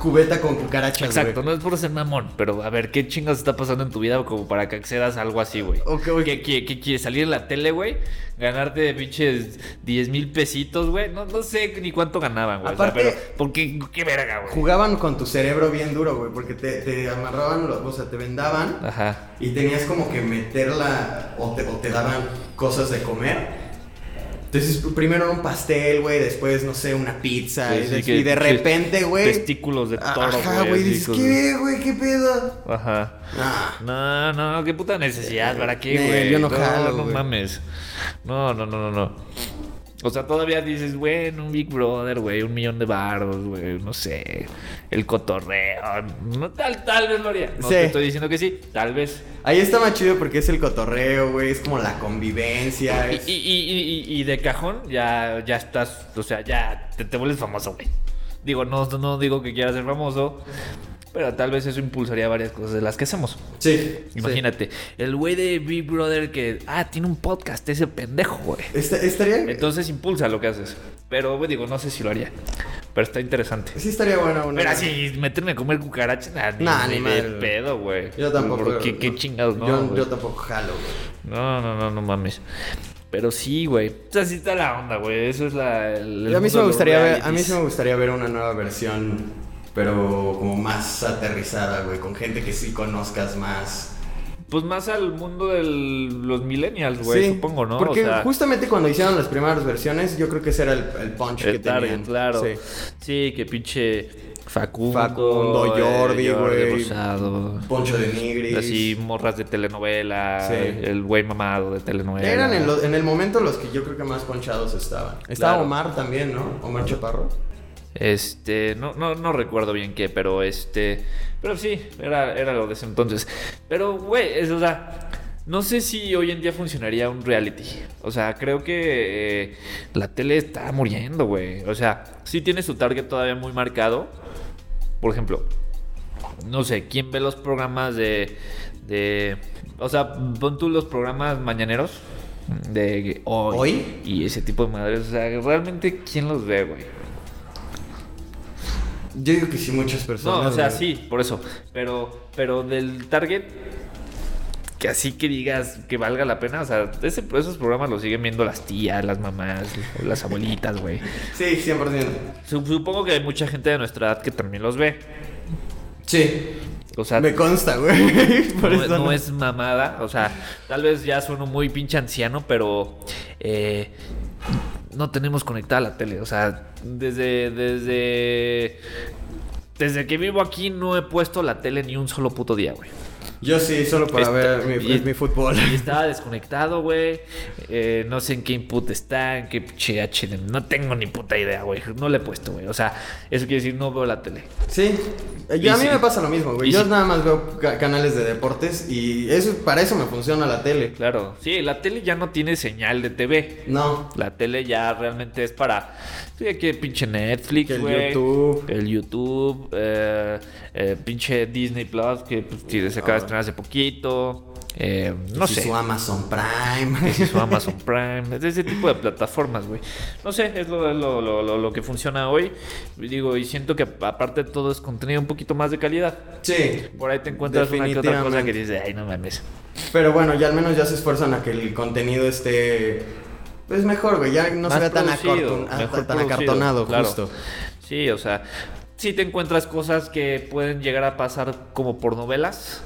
Speaker 1: cubeta con cucarachas, güey?
Speaker 2: Exacto, no es por ser mamón, pero a ver, ¿qué chingas está pasando en tu vida como para que accedas a algo así, güey?
Speaker 1: Ok, ok.
Speaker 2: ¿Qué, qué- qué quieres? ¿Salir en la tele, güey? ¿Ganarte pinches 10 mil pesitos, güey? No, no sé ni cuánto ganaban, güey.
Speaker 1: Aparte-
Speaker 2: o sea, pero, ¿por qué, qué verga, güey?
Speaker 1: Jugaban con tu cerebro bien duro, güey, porque te, te amarraban, los- o sea, te vendaban
Speaker 2: Ajá.
Speaker 1: y tenías como que meterla o te, o te daban cosas de comer. Entonces, primero era un pastel, güey, después, no sé, una pizza. y,
Speaker 2: Sí, sí,
Speaker 1: des-
Speaker 2: que-
Speaker 1: y de
Speaker 2: sí,
Speaker 1: repente, güey.
Speaker 2: Testículos de toro, güey.
Speaker 1: Ah, Ajá, güey,
Speaker 2: así,
Speaker 1: dices,
Speaker 2: cosas-
Speaker 1: ¿qué, güey? ¿Qué pedo?
Speaker 2: Ajá.
Speaker 1: Ah,
Speaker 2: No, no, qué puta necesidad, ¿para qué,
Speaker 1: Eh,
Speaker 2: güey?
Speaker 1: yo no
Speaker 2: no,
Speaker 1: jalo,
Speaker 2: no
Speaker 1: güey.
Speaker 2: mames. No, no, no, no, no. O sea, todavía dices, güey, en un Big Brother, güey, un millón de baros, güey, no sé, el cotorreo. No, tal, tal vez lo haría. No
Speaker 1: Sí.
Speaker 2: te estoy diciendo que sí, tal vez.
Speaker 1: ahí está más chido porque es el cotorreo, güey, es como la convivencia.
Speaker 2: Y,
Speaker 1: es-
Speaker 2: y, y, y- y de cajón ya, ya estás, o sea, ya te, te vuelves famoso, güey. Digo, no, no digo que quieras ser famoso, pero tal vez eso impulsaría varias cosas de las que hacemos.
Speaker 1: Sí, sí.
Speaker 2: Imagínate, el güey de Big Brother que, ah, tiene un podcast, ese pendejo, güey.
Speaker 1: Esta- estaría.
Speaker 2: Entonces impulsa lo que haces. Pero, güey, digo, no sé si lo haría. Pero está interesante.
Speaker 1: Sí, estaría buena una.
Speaker 2: Pero así, meterme a comer cucarachas, nada, ni,
Speaker 1: Nah,
Speaker 2: ni
Speaker 1: ni
Speaker 2: de
Speaker 1: madre, güey.
Speaker 2: pedo, güey.
Speaker 1: Yo tampoco.
Speaker 2: Porque ¿Qué, qué chingados, no,
Speaker 1: Yo,
Speaker 2: güey.
Speaker 1: yo tampoco jalo, güey.
Speaker 2: No, no, no, no mames. Pero sí, güey. O sea, sí está la onda, güey. Eso es la. el- el
Speaker 1: a mí sí me
Speaker 2: mundo de los
Speaker 1: gustaría ver, a mí
Speaker 2: realities.
Speaker 1: sí me gustaría ver una nueva versión, pero como más aterrizada, güey, con gente que sí conozcas más.
Speaker 2: Pues más al mundo de los millennials, güey,
Speaker 1: Sí,
Speaker 2: supongo, ¿no?
Speaker 1: Porque
Speaker 2: o sea,
Speaker 1: justamente cuando hicieron las primeras versiones, yo creo que ese era el, el punch
Speaker 2: El
Speaker 1: que
Speaker 2: target,
Speaker 1: tenían.
Speaker 2: claro.
Speaker 1: Sí.
Speaker 2: Sí. que pinche Facundo.
Speaker 1: Facundo, Jordi,
Speaker 2: eh,
Speaker 1: güey.
Speaker 2: Rosado.
Speaker 1: Poncho de Nigris.
Speaker 2: Así, morras de telenovela.
Speaker 1: Sí.
Speaker 2: El güey mamado de telenovela.
Speaker 1: Eran en, lo- en el momento los que yo creo que más ponchados estaban. Estaba
Speaker 2: Claro.
Speaker 1: Omar también, ¿no? Omar Chaparro.
Speaker 2: Este, no, no, no recuerdo bien qué, pero este. Pero sí, era, era lo de ese entonces. Pero, güey, es, o sea. No sé si hoy en día funcionaría un reality. O sea, creo que eh, la tele está muriendo, güey. O sea, sí tiene su target todavía muy marcado. Por ejemplo, no sé, ¿quién ve los programas de. de o sea, pon tú los programas mañaneros de hoy,
Speaker 1: ¿Hoy?
Speaker 2: y ese tipo de madres. O sea, realmente, ¿quién los ve, güey?
Speaker 1: Yo digo que sí, muchas personas.
Speaker 2: No, o sea,
Speaker 1: güey.
Speaker 2: sí, por eso. Pero, pero del target, que así que digas que valga la pena, o sea, ese- esos programas los siguen viendo las tías, las mamás, las abuelitas, güey.
Speaker 1: Sí, 100%.
Speaker 2: Sup- Supongo que hay mucha gente de nuestra edad que también los ve.
Speaker 1: Sí.
Speaker 2: O sea,
Speaker 1: Me consta, güey. Por
Speaker 2: no,
Speaker 1: eso
Speaker 2: no es mamada. O sea, tal vez ya sueno muy pinche anciano, pero eh, no tenemos conectada la tele. O sea, desde, desde, desde que vivo aquí no he puesto la tele ni un solo puto día, güey.
Speaker 1: Yo sí, solo para
Speaker 2: Está-
Speaker 1: ver mi,
Speaker 2: y-
Speaker 1: mi fútbol.
Speaker 2: Y estaba desconectado, güey. Eh, no sé en qué input está, en qué pinche HDMI. No tengo ni puta idea, güey. No le he puesto, güey. O sea, eso quiere decir, no veo la tele.
Speaker 1: Sí.
Speaker 2: Y
Speaker 1: Yo, a mí
Speaker 2: sí.
Speaker 1: me pasa lo mismo, güey.
Speaker 2: Y
Speaker 1: Yo
Speaker 2: sí.
Speaker 1: nada más veo ca- canales de deportes y eso para eso me funciona la tele.
Speaker 2: Claro. Sí, la tele ya no tiene señal de TV.
Speaker 1: No.
Speaker 2: La tele ya realmente es para. Sí, que pinche Netflix,
Speaker 1: Que el
Speaker 2: güey.
Speaker 1: YouTube.
Speaker 2: El YouTube. eh, eh, pinche Disney Plus, que pues, sí, se acaba de estrenar hace poquito. eh, no
Speaker 1: Ah. si
Speaker 2: sé.
Speaker 1: su Amazon Prime.
Speaker 2: que si su Amazon Prime, de ese tipo de plataformas, güey. No sé, es lo, es lo- lo- lo- lo que funciona hoy. Y Digo, y siento que aparte de todo es contenido un poquito más de calidad.
Speaker 1: Sí,
Speaker 2: Por ahí te encuentras una que otra cosa
Speaker 1: Definitivamente.
Speaker 2: que dices, ay, no mames.
Speaker 1: Pero bueno, ya al menos ya se esfuerzan a que el contenido esté. Pues mejor, güey. Ya no
Speaker 2: Más
Speaker 1: se vea tan,
Speaker 2: producido,
Speaker 1: acarton-
Speaker 2: mejor
Speaker 1: tan
Speaker 2: producido,
Speaker 1: acartonado,
Speaker 2: claro.
Speaker 1: justo.
Speaker 2: Sí, o sea, sí te encuentras cosas que pueden llegar a pasar como por novelas.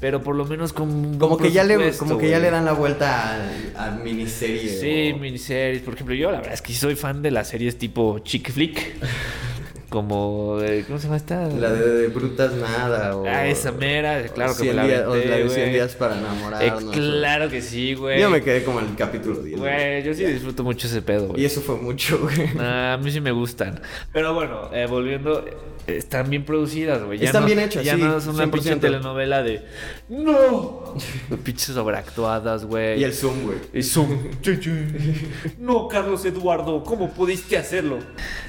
Speaker 2: Pero por lo menos con un buen
Speaker 1: Como que, ya le,
Speaker 2: presupuesto,
Speaker 1: como que ya
Speaker 2: güey.
Speaker 1: le dan la vuelta al- a, miniserie.
Speaker 2: Sí,
Speaker 1: o-
Speaker 2: miniseries. Por ejemplo, yo la verdad es que sí soy fan de las series tipo chick flick. Como, eh, ¿cómo se llama esta?
Speaker 1: La de, de Brutas Nada. O,
Speaker 2: Ah, esa mera, claro que me
Speaker 1: 100
Speaker 2: la
Speaker 1: días- o
Speaker 2: aventé,
Speaker 1: la de
Speaker 2: güey.
Speaker 1: 100 días para
Speaker 2: Eh,
Speaker 1: enamorarnos.
Speaker 2: claro que sí, güey.
Speaker 1: Yo me quedé como en el capítulo 10.
Speaker 2: Güey, yo sí disfruto mucho ese pedo,
Speaker 1: Y
Speaker 2: güey.
Speaker 1: eso fue mucho, güey.
Speaker 2: Nah, a mí sí me gustan. Pero bueno, eh, volviendo, eh, están bien producidas, güey. Ya
Speaker 1: Están
Speaker 2: no-
Speaker 1: bien hechas,
Speaker 2: Ya
Speaker 1: sí,
Speaker 2: no es una pinche
Speaker 1: 100%.
Speaker 2: telenovela de. ¡No! Pinches sobreactuadas, güey.
Speaker 1: Y el Zoom, güey.
Speaker 2: Y zoom. Chin, chin. no, Carlos Eduardo, ¿cómo pudiste hacerlo?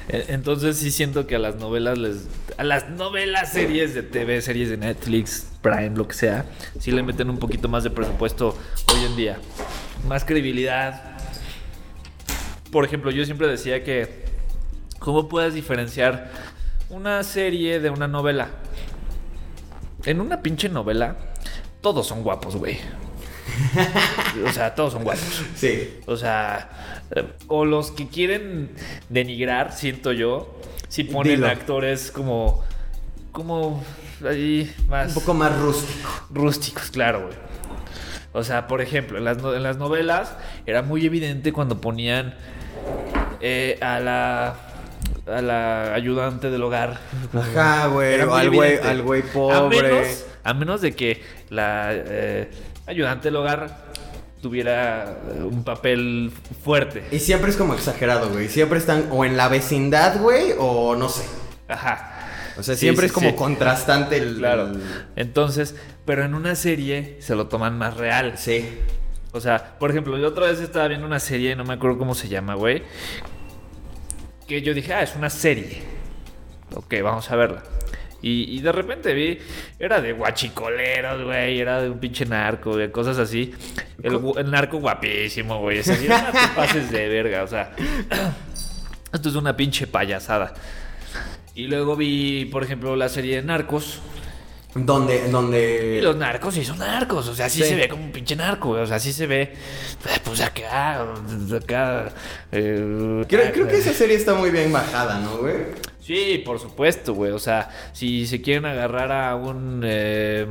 Speaker 2: Eh, Entonces sí siento que a las novelas les. A las novelas, series de TV, series de Netflix, Prime, lo que sea, sí le meten un poquito más de presupuesto hoy en día. Más credibilidad. Por ejemplo, yo siempre decía que. ¿Cómo puedes diferenciar una serie de una novela? En una pinche novela, todos son guapos, güey. O sea, todos son guapos.
Speaker 1: Sí.
Speaker 2: O sea, eh, o los que quieren denigrar, siento yo, si ponen
Speaker 1: Dilo.
Speaker 2: actores como, como ahí más
Speaker 1: Un poco más rústico.
Speaker 2: rústicos, claro, güey. O sea, por ejemplo, en las, no- en las novelas era muy evidente cuando ponían eh, a la a la ayudante del hogar.
Speaker 1: Ajá, güey.
Speaker 2: Era
Speaker 1: o
Speaker 2: muy
Speaker 1: Al güey,
Speaker 2: evidente.
Speaker 1: al güey
Speaker 2: este, A
Speaker 1: pobre.
Speaker 2: menos, a menos de que la eh, ayudante del hogar tuviera eh, un papel fuerte.
Speaker 1: Y siempre es como exagerado, güey. Siempre están o en la vecindad, güey, o no sé.
Speaker 2: Ajá.
Speaker 1: O sea,
Speaker 2: Sí,
Speaker 1: siempre
Speaker 2: sí,
Speaker 1: es como
Speaker 2: sí.
Speaker 1: contrastante el.
Speaker 2: Claro.
Speaker 1: el-
Speaker 2: Entonces, pero en una serie se lo toman más real.
Speaker 1: Sí.
Speaker 2: O sea, por ejemplo, yo otra vez estaba viendo una serie, no me acuerdo cómo se llama, güey. Que yo dije, ah, es una serie. Ok, vamos a verla. Y, y de repente vi, era de guachicoleros, güey, era de un pinche narco, de cosas así. El, gu- el narco guapísimo, güey. Es así, no te pases de verga, o sea. Esto es una pinche payasada. Y luego vi, por ejemplo, la serie de narcos.
Speaker 1: Donde.
Speaker 2: Y
Speaker 1: donde...
Speaker 2: los narcos sí son narcos, o sea, sí,
Speaker 1: Sí.
Speaker 2: se ve como un pinche narco, güey, o sea, sí se ve, eh, pues acá, acá. eh,
Speaker 1: Creo, creo que esa serie está muy bien bajada, ¿no, güey?
Speaker 2: Sí, por supuesto, güey, o sea, si se quieren agarrar a un. eh,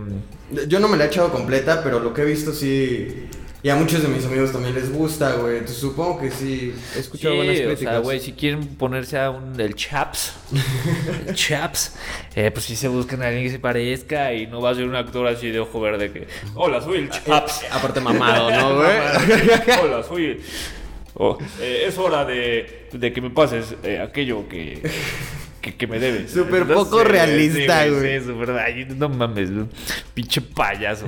Speaker 1: Yo no me la he echado completa, pero lo que he visto sí. Y a muchos de mis amigos también les gusta, güey. Entonces, supongo que sí. He escuchado buenas
Speaker 2: sí, o
Speaker 1: críticas.
Speaker 2: sea, güey, si quieren ponerse a un del Chaps, el Chaps, eh, pues sí se buscan a alguien que se parezca y no va a ser un actor así de ojo verde que. Hola, soy
Speaker 1: Ah, eh,
Speaker 2: el Chaps.
Speaker 1: Aparte mamado, ¿no, güey?
Speaker 2: Hola, soy. oh, eh, es hora de, de que me pases eh, aquello que, que, que me debes.
Speaker 1: Súper
Speaker 2: No
Speaker 1: poco
Speaker 2: sé,
Speaker 1: realista,
Speaker 2: sí,
Speaker 1: güey.
Speaker 2: sí, súper- ay, no mames, güey. pinche payaso,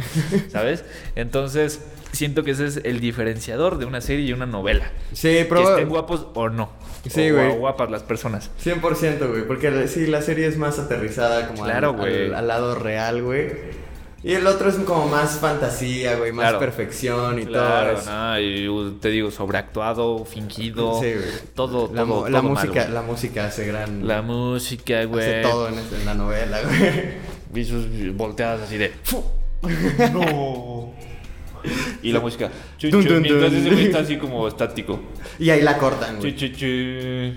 Speaker 2: ¿sabes? Entonces, siento que ese es el diferenciador de una serie y una novela.
Speaker 1: sí,
Speaker 2: Que estén
Speaker 1: probablemente.
Speaker 2: guapos o no.
Speaker 1: Sí,
Speaker 2: o
Speaker 1: güey.
Speaker 2: guapas las personas.
Speaker 1: 100%, güey. Porque la- sí, la serie es más aterrizada como al-
Speaker 2: Claro,
Speaker 1: al,
Speaker 2: güey.
Speaker 1: al lado real, güey. Y el otro es como más fantasía, güey. Más
Speaker 2: Claro.
Speaker 1: perfección y
Speaker 2: Claro,
Speaker 1: todo.
Speaker 2: no, y, uh, te digo, sobreactuado, fingido,
Speaker 1: Sí, güey.
Speaker 2: todo,
Speaker 1: la,
Speaker 2: todo,
Speaker 1: mu- la
Speaker 2: todo mal,
Speaker 1: música,
Speaker 2: güey.
Speaker 1: la música hace gran.
Speaker 2: la música, güey.
Speaker 1: hace todo en, este, en la novela, güey.
Speaker 2: Y sus volteadas así de. "Fu". ¡No! Y la música. chu, chu,
Speaker 1: Dun, dun,
Speaker 2: mientras
Speaker 1: dun.
Speaker 2: ese güey está así como estático.
Speaker 1: Y ahí la cortan,
Speaker 2: Chu,
Speaker 1: güey.
Speaker 2: chu, chu.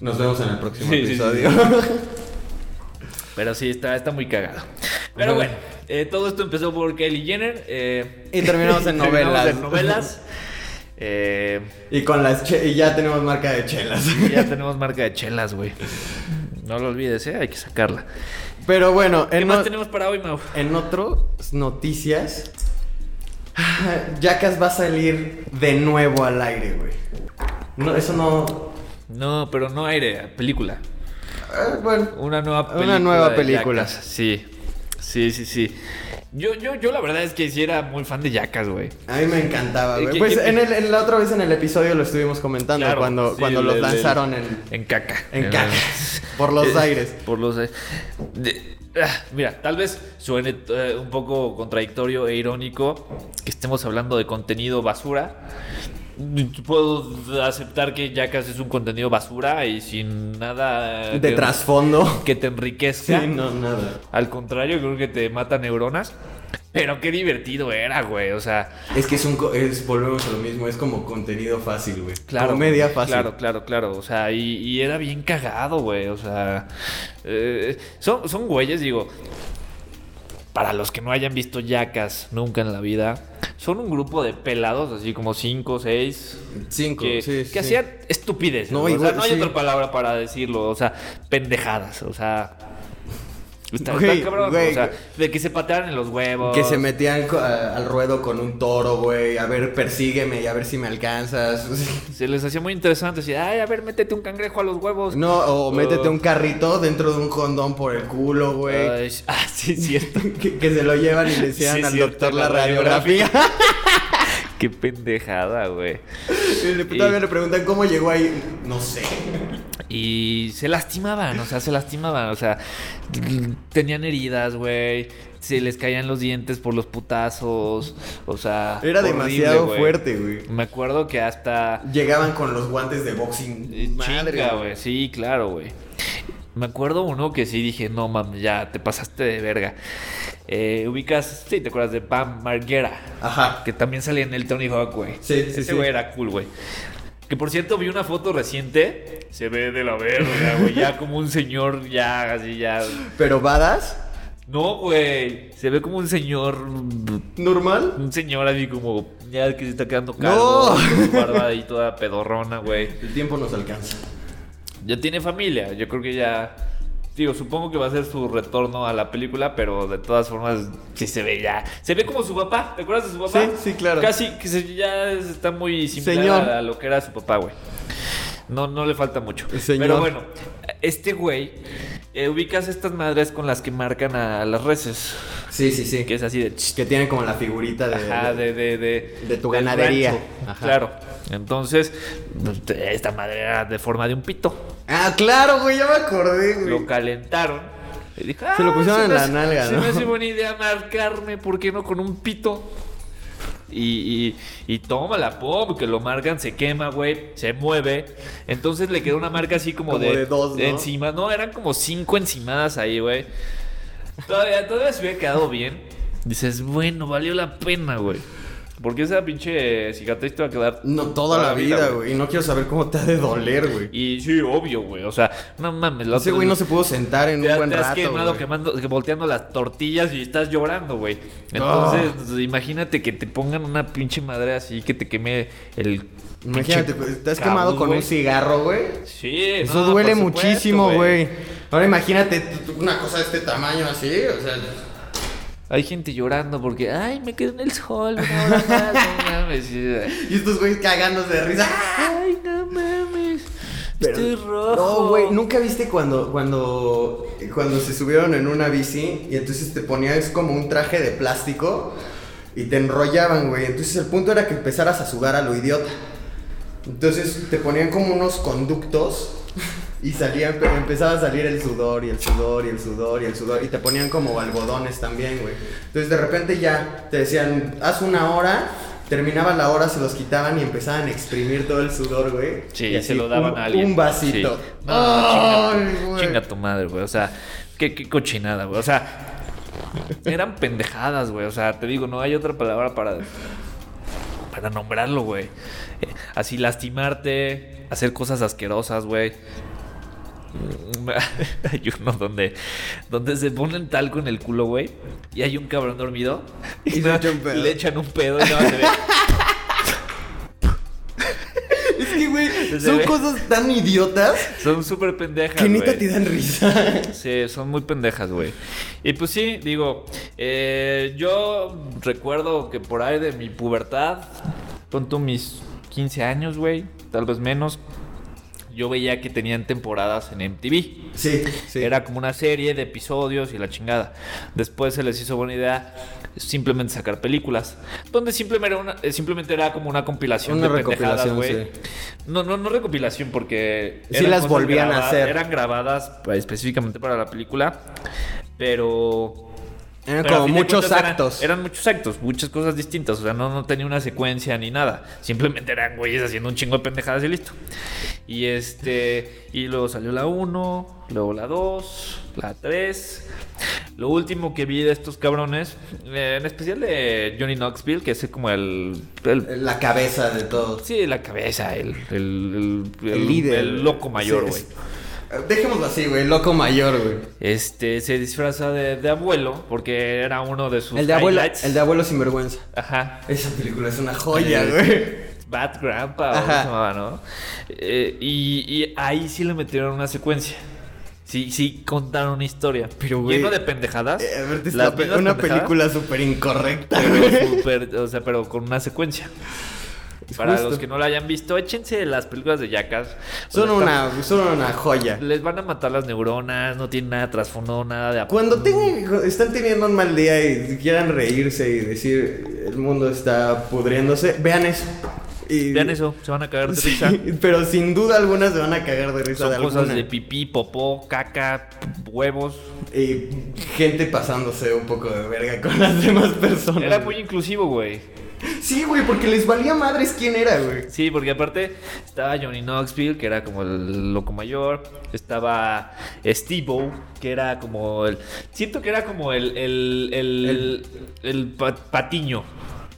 Speaker 1: Nos vemos en el próximo
Speaker 2: Sí, sí, sí.
Speaker 1: episodio.
Speaker 2: Pero sí, está, está muy cagado. Pero
Speaker 1: Ajá.
Speaker 2: bueno, eh, todo esto empezó por Kelly Jenner. eh,
Speaker 1: Y terminamos en novelas.
Speaker 2: en novelas. Eh,
Speaker 1: Y con las che- y ya tenemos marca de chelas.
Speaker 2: y ya tenemos marca de chelas, güey. No lo olvides, ¿eh? Hay que sacarla.
Speaker 1: Pero bueno,
Speaker 2: ¿Qué
Speaker 1: en,
Speaker 2: más
Speaker 1: o-
Speaker 2: tenemos para hoy, Mau?
Speaker 1: en otras noticias, Jackass va a salir de nuevo al aire, güey. No, eso no.
Speaker 2: No, pero no aire, película.
Speaker 1: eh, bueno,
Speaker 2: Una nueva
Speaker 1: Una
Speaker 2: película.
Speaker 1: nueva
Speaker 2: de
Speaker 1: película.
Speaker 2: Jackass, Sí. Sí, sí, sí. Yo, yo, yo la verdad es que sí era muy fan de Yacas, güey.
Speaker 1: A mí me encantaba, güey.
Speaker 2: ¿Qué-
Speaker 1: Pues
Speaker 2: qué-
Speaker 1: en, el, en la otra vez en el episodio lo estuvimos comentando
Speaker 2: Claro,
Speaker 1: cuando,
Speaker 2: sí,
Speaker 1: cuando
Speaker 2: el-
Speaker 1: los
Speaker 2: el-
Speaker 1: lanzaron en,
Speaker 2: En caca.
Speaker 1: en caca. Por los
Speaker 2: Eh,
Speaker 1: aires.
Speaker 2: Por los aires. De- ah, mira, tal vez suene eh, un poco contradictorio e irónico que estemos hablando de contenido basura. Puedo aceptar que Jackass es un contenido basura y sin nada eh,
Speaker 1: De
Speaker 2: que-
Speaker 1: trasfondo.
Speaker 2: que te enriquezca.
Speaker 1: no, nada.
Speaker 2: Al contrario, creo que te mata neuronas. Pero qué divertido era, güey. O sea,
Speaker 1: Es que es un. co- Es, volvemos a lo mismo, es como contenido fácil, güey.
Speaker 2: Claro.
Speaker 1: Comedia
Speaker 2: güey,
Speaker 1: fácil.
Speaker 2: Claro, claro, claro. O sea, y, y era bien cagado, güey. O sea, eh, son, son güeyes, digo. Para los que no hayan visto yacas nunca en la vida, son un grupo de pelados, así como cinco, seis,
Speaker 1: Cinco.
Speaker 2: que,
Speaker 1: sí,
Speaker 2: que
Speaker 1: sí.
Speaker 2: hacían estupidez.
Speaker 1: No,
Speaker 2: No, o sea,
Speaker 1: igual,
Speaker 2: no hay
Speaker 1: sí.
Speaker 2: otra palabra para decirlo. O sea, pendejadas. O sea. Está,
Speaker 1: Güey,
Speaker 2: está cabrón,
Speaker 1: güey.
Speaker 2: o sea, de que se patearan en los huevos.
Speaker 1: Que se metían co- a- al ruedo con un toro, güey. A ver, persígueme y a ver si me alcanzas.
Speaker 2: Se les hacía muy interesante. Así, ay, a ver, métete un cangrejo a los huevos.
Speaker 1: No, o métete
Speaker 2: Oh.
Speaker 1: un carrito dentro de un condón por el culo, güey.
Speaker 2: Ay, ah, sí, es cierto.
Speaker 1: Que, que se lo llevan y le decían
Speaker 2: Sí,
Speaker 1: al
Speaker 2: cierto,
Speaker 1: doctor la
Speaker 2: la
Speaker 1: radiografía.
Speaker 2: Qué pendejada, güey.
Speaker 1: Y le- todavía le preguntan cómo llegó ahí. No sé.
Speaker 2: Y se lastimaban, o sea, se lastimaban, o sea, tenían heridas, güey. Se les caían los dientes por los putazos, o sea.
Speaker 1: Era
Speaker 2: horrible,
Speaker 1: demasiado
Speaker 2: güey.
Speaker 1: fuerte, güey.
Speaker 2: Me acuerdo que hasta.
Speaker 1: Llegaban con los guantes de boxing.
Speaker 2: Chinga, güey. Sí, claro, güey. Me acuerdo uno que sí dije, no mames, ya te pasaste de verga. Eh, ubicas, sí, te acuerdas de Pam Marguera.
Speaker 1: Ajá.
Speaker 2: Que también salía en el Tony Hawk, güey.
Speaker 1: Sí, sí,
Speaker 2: Ese
Speaker 1: sí.
Speaker 2: güey era cool, güey. Que por cierto, vi una foto reciente. Se ve de la verga, güey. Ya como un señor, ya, así, ya.
Speaker 1: Pero badas,
Speaker 2: No, güey. Se ve como un señor.
Speaker 1: normal.
Speaker 2: Un señor así como. Ya que se está quedando calvo.
Speaker 1: No.
Speaker 2: con barba ahí toda pedorrona, güey.
Speaker 1: El tiempo nos alcanza.
Speaker 2: Ya tiene familia. Yo creo que ya. Digo, supongo que va a ser su retorno a la película, pero de todas formas, sí se ve ya. Se ve como su papá. ¿Te acuerdas de su papá?
Speaker 1: Sí, sí, claro.
Speaker 2: Casi que se- ya está muy similar
Speaker 1: Señor.
Speaker 2: a lo que era su papá, güey. No, no le falta mucho.
Speaker 1: Señor.
Speaker 2: Pero bueno, este güey, eh, ubicas estas madres con las que marcan a las reses.
Speaker 1: Sí, sí, sí.
Speaker 2: Que
Speaker 1: Que,
Speaker 2: es así de. ch-
Speaker 1: tienen como la figurita Eh, de.
Speaker 2: Ajá, de, de, de,
Speaker 1: de tu
Speaker 2: del
Speaker 1: ganadería.
Speaker 2: rancho.
Speaker 1: Ajá.
Speaker 2: Claro. Entonces, esta madre era de forma de un pito.
Speaker 1: Ah, claro, güey, ya me acordé, güey.
Speaker 2: Lo calentaron. Y dijo,
Speaker 1: Se lo
Speaker 2: "Ah,
Speaker 1: pusieron en
Speaker 2: me
Speaker 1: la
Speaker 2: hace-
Speaker 1: nalga,
Speaker 2: se
Speaker 1: ¿no?
Speaker 2: me hace buena idea marcarme, ¿por qué no? Con un pito. Y, y, y toma la pop, que lo marcan, se quema, güey, se mueve. Entonces le quedó una marca así como,
Speaker 1: Como de dos, ¿no?
Speaker 2: encima. No, eran como cinco encimadas ahí, güey. Todavía, todavía se hubiera quedado bien. Dices, bueno, valió la pena, güey. Porque esa pinche cicatriz te va a quedar
Speaker 1: No, toda, la, vida, güey. Y no quiero saber cómo te ha de doler, güey.
Speaker 2: Y sí, obvio, güey. O sea, no mames. la
Speaker 1: Ese
Speaker 2: otra-
Speaker 1: güey no se pudo sentar en
Speaker 2: te,
Speaker 1: un buen
Speaker 2: te has
Speaker 1: rato.
Speaker 2: quemado
Speaker 1: güey.
Speaker 2: quemando, que volteando las tortillas y estás llorando, güey. Entonces, imagínate que te pongan una pinche madre así que te queme el.
Speaker 1: Imagínate,
Speaker 2: pinche
Speaker 1: pues, te has
Speaker 2: cabuz,
Speaker 1: quemado con
Speaker 2: güey.
Speaker 1: un cigarro, güey.
Speaker 2: Sí,
Speaker 1: Eso
Speaker 2: no,
Speaker 1: duele
Speaker 2: por supuesto,
Speaker 1: muchísimo, güey. Ahora imagínate tú- tú una cosa de este tamaño así, o sea.
Speaker 2: Hay gente llorando porque, ay, me quedé en el sol, una hora más, no mames. Y,
Speaker 1: Y estos güeyes cagándose de risa.
Speaker 2: Ay, no mames.
Speaker 1: Pero-
Speaker 2: estoy rojo.
Speaker 1: No, güey, ¿nunca viste cuando, cuando, cuando se subieron en una bici y entonces te ponías como un traje de plástico y te enrollaban, güey? Entonces el punto era que empezaras a sudar a lo idiota. Entonces te ponían como unos conductos y salía, empe- empezaba a salir el sudor y el sudor y el sudor y el sudor y te ponían como algodones también, güey. Entonces de repente ya te decían, haz una hora. Terminaba la hora, se los quitaban y empezaban a exprimir todo el sudor, güey.
Speaker 2: Sí,
Speaker 1: Y
Speaker 2: se
Speaker 1: así
Speaker 2: lo daban
Speaker 1: un-
Speaker 2: a alguien.
Speaker 1: Un vasito.
Speaker 2: Sí. No,
Speaker 1: Ay,
Speaker 2: chinga,
Speaker 1: güey.
Speaker 2: chinga tu madre, güey. O sea, qué, qué cochinada, güey. O sea, eran pendejadas, güey. O sea, te digo, no hay otra palabra para, para nombrarlo, güey. Eh, Así lastimarte, hacer cosas asquerosas, güey. Mm, Hay uno donde, donde se ponen talco en el culo, güey. Y hay un cabrón dormido.
Speaker 1: Y le
Speaker 2: nada-
Speaker 1: echa un pedo.
Speaker 2: le echan un pedo y nada más se ve.
Speaker 1: Es que, güey,
Speaker 2: Se
Speaker 1: son
Speaker 2: ve.
Speaker 1: cosas tan idiotas
Speaker 2: Son súper pendejas.
Speaker 1: que neta
Speaker 2: güey.
Speaker 1: te dan risa.
Speaker 2: Sí, son muy pendejas, güey. Y pues sí, digo, eh, yo recuerdo que por ahí de mi pubertad, pronto mis 15 años, güey, tal vez menos, yo veía que tenían temporadas en MTV.
Speaker 1: Sí, sí.
Speaker 2: Era como una serie de episodios y la chingada. Después se les hizo buena idea simplemente sacar películas. Donde simplemente era, una- eh, simplemente era como una compilación
Speaker 1: Una
Speaker 2: de pendejadas,
Speaker 1: recopilación,
Speaker 2: güey. No, no, no recopilación, porque.
Speaker 1: Sí
Speaker 2: eran
Speaker 1: las
Speaker 2: cosas
Speaker 1: volvían a
Speaker 2: grabadas-
Speaker 1: hacer.
Speaker 2: Eran grabadas pues, específicamente para la película. Pero.
Speaker 1: Eran
Speaker 2: Pero a
Speaker 1: como
Speaker 2: fin de
Speaker 1: muchos
Speaker 2: cuentas eran-
Speaker 1: actos.
Speaker 2: Eran, muchos actos, muchas cosas distintas. O sea, no, no tenía una secuencia ni nada. Simplemente eran güeyes haciendo un chingo de pendejadas y listo. Y este. Y luego salió la 1, luego la 2, la 3. Lo último que vi de estos cabrones, eh, en especial de Johnny Knoxville, que es como el. el-
Speaker 1: La cabeza de todos.
Speaker 2: sí, la cabeza, el, el, el-
Speaker 1: El líder.
Speaker 2: el loco mayor,
Speaker 1: Sí,
Speaker 2: güey.
Speaker 1: sí. Dejémoslo así, güey. Loco mayor, güey.
Speaker 2: Este se disfraza de, de abuelo porque era uno de sus
Speaker 1: El de abuelo,
Speaker 2: highlights.
Speaker 1: el de abuelo sinvergüenza.
Speaker 2: Ajá.
Speaker 1: Esa película es una joya,
Speaker 2: Eh,
Speaker 1: güey.
Speaker 2: Bad Grandpa, o cómo
Speaker 1: Ajá.
Speaker 2: se llamaba, ¿no? Eh, y, y ahí sí le metieron una secuencia. Sí, sí contaron una historia.
Speaker 1: Pero, güey,
Speaker 2: Lleno de pendejadas.
Speaker 1: Eh, a ver, es
Speaker 2: Las
Speaker 1: una-
Speaker 2: mismas
Speaker 1: una
Speaker 2: pendejadas,
Speaker 1: película súper incorrecta, güey.
Speaker 2: pero súper- o sea, pero con una secuencia.
Speaker 1: Es
Speaker 2: Para
Speaker 1: justo.
Speaker 2: los que no la hayan visto, échense las películas de Jackass. O
Speaker 1: Son
Speaker 2: sea, están-
Speaker 1: una, son una joya.
Speaker 2: Les van a matar las neuronas, no tienen nada de trasfondo, nada de...
Speaker 1: Cuando tengan- están teniendo un mal día y quieran reírse y decir el mundo está pudriéndose, vean eso. Y-
Speaker 2: Vean eso, se van a cagar de
Speaker 1: Sí,
Speaker 2: risa.
Speaker 1: pero sin duda alguna se van a cagar de risa
Speaker 2: Son
Speaker 1: de
Speaker 2: cosas
Speaker 1: alguna.
Speaker 2: de pipí, popó, caca, huevos.
Speaker 1: Y gente pasándose un poco de verga con las demás personas.
Speaker 2: Era muy inclusivo, güey.
Speaker 1: Sí, güey, porque les valía madres quién era, güey.
Speaker 2: Sí, porque aparte estaba Johnny Knoxville, que era como el loco mayor. Estaba Steve-O, que era como el. Siento que era como el. El, el, el pa- patiño.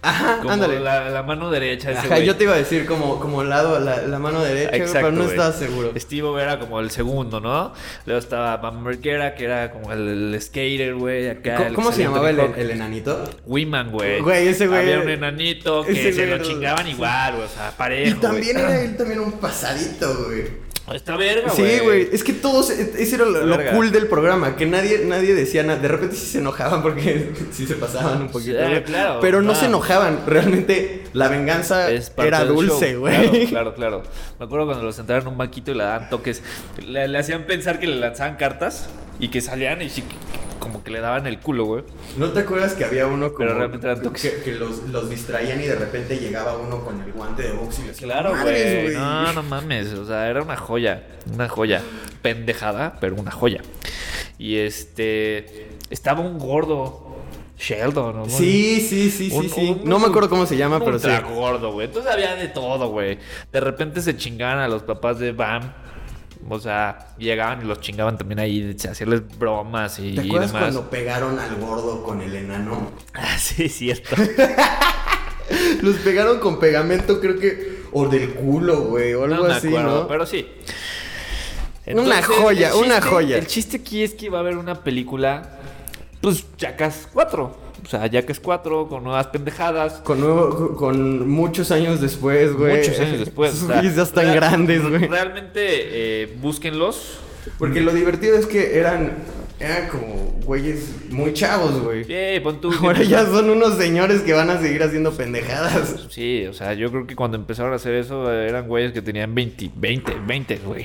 Speaker 1: Ajá,
Speaker 2: Como
Speaker 1: Ah, ándale.
Speaker 2: La, la mano derecha. de Ese
Speaker 1: Ajá,
Speaker 2: güey.
Speaker 1: yo te iba a decir como, como lado, la, la mano derecha, güey,
Speaker 2: Exacto,
Speaker 1: pero no
Speaker 2: güey.
Speaker 1: estaba seguro.
Speaker 2: Steve-O era como el segundo, ¿no? Luego estaba Van Margera, que era como el, el skater, güey. Acá,
Speaker 1: ¿Cómo,
Speaker 2: el
Speaker 1: cómo se
Speaker 2: excelente
Speaker 1: llamaba el,
Speaker 2: rock.
Speaker 1: el enanito?
Speaker 2: Wiman, güey.
Speaker 1: Güey, ese güey-
Speaker 2: Había un enanito que
Speaker 1: ese
Speaker 2: se
Speaker 1: güey
Speaker 2: lo
Speaker 1: era-
Speaker 2: chingaban igual, güey, o sea, parejo.
Speaker 1: Y también
Speaker 2: güey.
Speaker 1: era él también un pasadito, güey.
Speaker 2: Está verga, güey.
Speaker 1: Sí, güey. Es que todos. e, Ese era lo, lo
Speaker 2: Verga.
Speaker 1: cool del programa. Que nadie, nadie decía nada. De repente sí se enojaban porque sí se pasaban un poquito.
Speaker 2: Sí,
Speaker 1: güey.
Speaker 2: claro,
Speaker 1: pero no
Speaker 2: claro.
Speaker 1: se enojaban. Realmente la venganza
Speaker 2: Es parte
Speaker 1: era
Speaker 2: del
Speaker 1: dulce,
Speaker 2: show.
Speaker 1: güey.
Speaker 2: Claro, claro, claro. Me acuerdo cuando los sentaron en un banquito y le daban toques. Le, le hacían pensar que le lanzaban cartas y que salían y sí, como que le daban el culo, güey.
Speaker 1: ¿No te acuerdas que había uno como,
Speaker 2: Pero realmente eran toques.
Speaker 1: que, que los, los distraían y de repente llegaba uno con el guante de box y les
Speaker 2: Claro, güey. No, no mames. O sea, era una joya. Una joya. Pendejada, pero una joya. Y este. Estaba un gordo. Sheldon, ¿no?
Speaker 1: Sí, sí, sí, sí,
Speaker 2: Un-
Speaker 1: sí.
Speaker 2: un-
Speaker 1: no me acuerdo cómo se llama, pero sí.
Speaker 2: ultra gordo, güey. Entonces había de todo, güey. De repente se chingaban a los papás de Bam. O sea, llegaban y los chingaban también ahí, se- hacerles bromas y,
Speaker 1: ¿Te
Speaker 2: y
Speaker 1: acuerdas
Speaker 2: demás.
Speaker 1: cuando pegaron al gordo con el enano?
Speaker 2: Ah, sí, es cierto.
Speaker 1: Los pegaron con pegamento, creo que. O del culo, güey, o algo
Speaker 2: no me
Speaker 1: así,
Speaker 2: acuerdo,
Speaker 1: ¿no?
Speaker 2: pero sí.
Speaker 1: Una joya,
Speaker 2: el
Speaker 1: una joya.
Speaker 2: El chiste aquí es que va a haber una película, pues, Jackass 4. O sea, Jackass 4 con nuevas pendejadas.
Speaker 1: Con, nuevo, con muchos años después, güey.
Speaker 2: Muchos años después.
Speaker 1: Esos
Speaker 2: o sea,
Speaker 1: güeyes ya están
Speaker 2: real-
Speaker 1: grandes, güey.
Speaker 2: Realmente, eh, búsquenlos.
Speaker 1: Porque lo divertido es que eran, eran como güeyes muy chavos, güey.
Speaker 2: Eh, pon tú.
Speaker 1: Ahora ya son unos señores que van a seguir haciendo pendejadas.
Speaker 2: Sí, o sea, yo creo que cuando empezaron a hacer eso eh, eran güeyes que tenían 20, 20, 20, güey.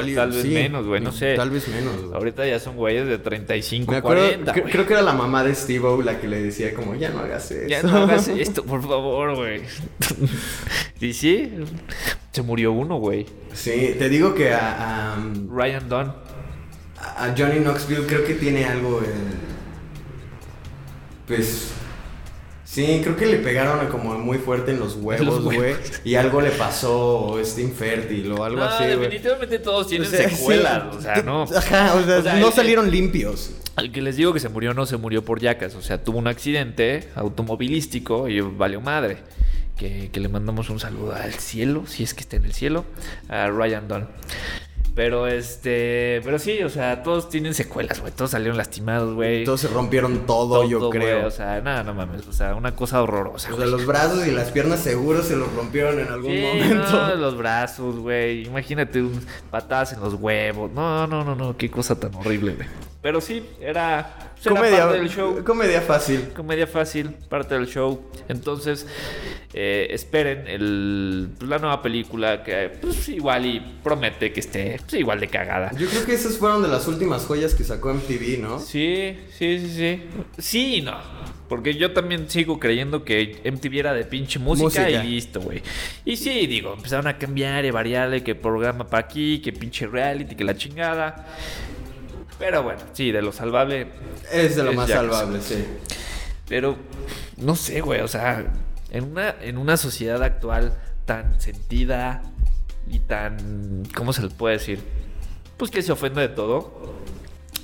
Speaker 2: y- Tal vez sí. menos, güey, no sé.
Speaker 1: Tal vez menos, güey.
Speaker 2: Ahorita ya son güeyes de 35,
Speaker 1: Me acuerdo,
Speaker 2: 40,
Speaker 1: cre-
Speaker 2: güey.
Speaker 1: creo que era la mamá de Steve O la que le decía como, ya no hagas eso.
Speaker 2: Ya no hagas esto, por favor, güey. y sí, se murió uno, güey.
Speaker 1: Sí, te digo que a, a,
Speaker 2: Ryan Dunn.
Speaker 1: a Johnny Knoxville creo que tiene algo en- Pues... Sí, creo que le pegaron como muy fuerte en los huevos,
Speaker 2: los huevos.
Speaker 1: güey. Y algo le pasó, o está infértil o algo
Speaker 2: No,
Speaker 1: así, güey.
Speaker 2: definitivamente todos tienen
Speaker 1: O sea,
Speaker 2: secuelas,
Speaker 1: sí.
Speaker 2: o sea, no.
Speaker 1: Ajá, o sea,
Speaker 2: O sea,
Speaker 1: no
Speaker 2: el-
Speaker 1: salieron limpios.
Speaker 2: El que les digo que se murió no se murió por yacas, o sea, tuvo un accidente automovilístico y valió madre. Que, que le mandamos un saludo al cielo, si es que está en el cielo, a Ryan Dunn. Pero este, pero sí, o sea, todos tienen secuelas, güey, todos salieron lastimados, güey.
Speaker 1: Todos se rompieron todo,
Speaker 2: Todo,
Speaker 1: yo
Speaker 2: güey,
Speaker 1: creo.
Speaker 2: O sea, nada, no mames, o sea, una cosa horrorosa.
Speaker 1: O sea,
Speaker 2: güey.
Speaker 1: los brazos y las piernas seguro se los rompieron en algún
Speaker 2: Sí,
Speaker 1: momento.
Speaker 2: no, los brazos, güey. Imagínate un patadas en los huevos. No, no, no, no, qué cosa tan horrible, güey. Pero sí, era, pues, era
Speaker 1: Comedia,
Speaker 2: parte del show.
Speaker 1: comedia fácil.
Speaker 2: Comedia fácil, parte del show. Entonces, eh, esperen el, pues, la nueva película que pues, igual y promete que esté pues, igual de cagada.
Speaker 1: Yo creo que esas fueron de las últimas joyas que sacó MTV, ¿no?
Speaker 2: Sí, sí, sí, sí. Sí y no. Porque yo también sigo creyendo que MTV era de pinche música,
Speaker 1: Música.
Speaker 2: y listo, güey. Y sí, digo, empezaron a cambiar y variarle que programa para aquí, que pinche reality, que la chingada. Pero bueno, sí, de lo salvable.
Speaker 1: Es de lo
Speaker 2: Es
Speaker 1: más
Speaker 2: Jackson.
Speaker 1: salvable, sí.
Speaker 2: Pero no sé, güey, o sea, en una, en una sociedad actual tan sentida y tan. ¿Cómo se le puede decir? Pues que se ofende de todo.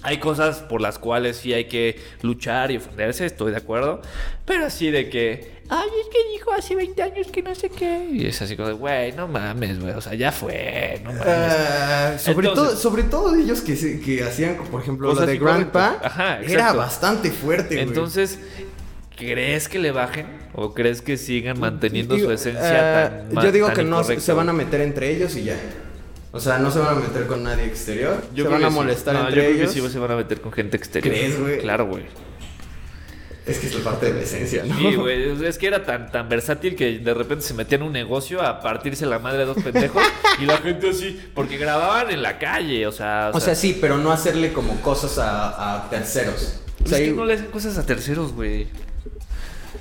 Speaker 2: Hay cosas por las cuales sí hay que luchar y ofenderse, estoy de acuerdo. Pero así de que. Ay, es que dijo hace 20 años que no sé qué. Y es así como de, güey, no mames, güey. O sea, ya fue, no mames.
Speaker 1: Ah, sobre,
Speaker 2: Entonces-
Speaker 1: todo, sobre todo de ellos que, se- que hacían, por ejemplo, lo
Speaker 2: Cosas
Speaker 1: de
Speaker 2: icónicas.
Speaker 1: Grandpa,
Speaker 2: Ajá,
Speaker 1: era
Speaker 2: exacto.
Speaker 1: bastante fuerte, güey.
Speaker 2: Entonces, ¿crees que le bajen? ¿O crees que sigan manteniendo
Speaker 1: Pues, Digo,
Speaker 2: su esencia
Speaker 1: ah,
Speaker 2: tan ma-
Speaker 1: Yo digo
Speaker 2: tan
Speaker 1: que no se-
Speaker 2: incorrecta,
Speaker 1: se van
Speaker 2: güey?
Speaker 1: a meter entre ellos y ya. O sea, no se van a meter con nadie exterior.
Speaker 2: Yo
Speaker 1: se
Speaker 2: creo
Speaker 1: van a
Speaker 2: que sí.
Speaker 1: molestar
Speaker 2: No,
Speaker 1: entre
Speaker 2: yo creo
Speaker 1: ellos.
Speaker 2: Que sí se van a meter con gente exterior.
Speaker 1: ¿Crees, güey?
Speaker 2: Claro, güey.
Speaker 1: Es que es la parte de la esencia, ¿no?
Speaker 2: Sí, güey. Es que era tan, tan versátil que de repente se metían en un negocio a partirse la madre de dos pendejos y la gente así. Porque grababan en la calle, o sea.
Speaker 1: O sea, sí, pero no hacerle como cosas a, a terceros. O
Speaker 2: pues es
Speaker 1: sea,
Speaker 2: que
Speaker 1: y-
Speaker 2: no le hacen cosas a terceros, güey.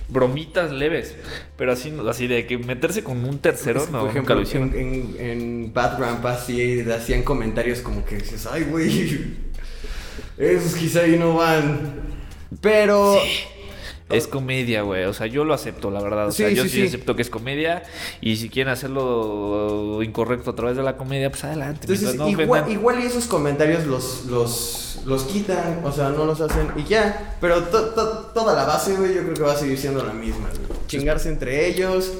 Speaker 2: Bromitas leves. Pero así, no- así de que meterse con un tercero,
Speaker 1: es que,
Speaker 2: no,
Speaker 1: por
Speaker 2: nunca
Speaker 1: ejemplo,
Speaker 2: lo hicieron.
Speaker 1: en, en, en Bad Grandpa sí hacían comentarios como que dices, ay, güey, esos quizá ahí no van. Pero...
Speaker 2: Es comedia, güey. O sea, yo lo acepto, la verdad. O sea,
Speaker 1: Sí,
Speaker 2: yo
Speaker 1: sí,
Speaker 2: sí,
Speaker 1: sí.
Speaker 2: acepto que es comedia. Y si quieren hacerlo incorrecto a través de la comedia, pues adelante.
Speaker 1: Entonces,
Speaker 2: mientras no
Speaker 1: igual,
Speaker 2: ofendan.
Speaker 1: igual y esos comentarios los, los, los quitan, o sea, no los hacen y ya. Pero to- to- toda la base, güey, yo creo que va a seguir siendo la misma. güey. Chingarse entre ellos.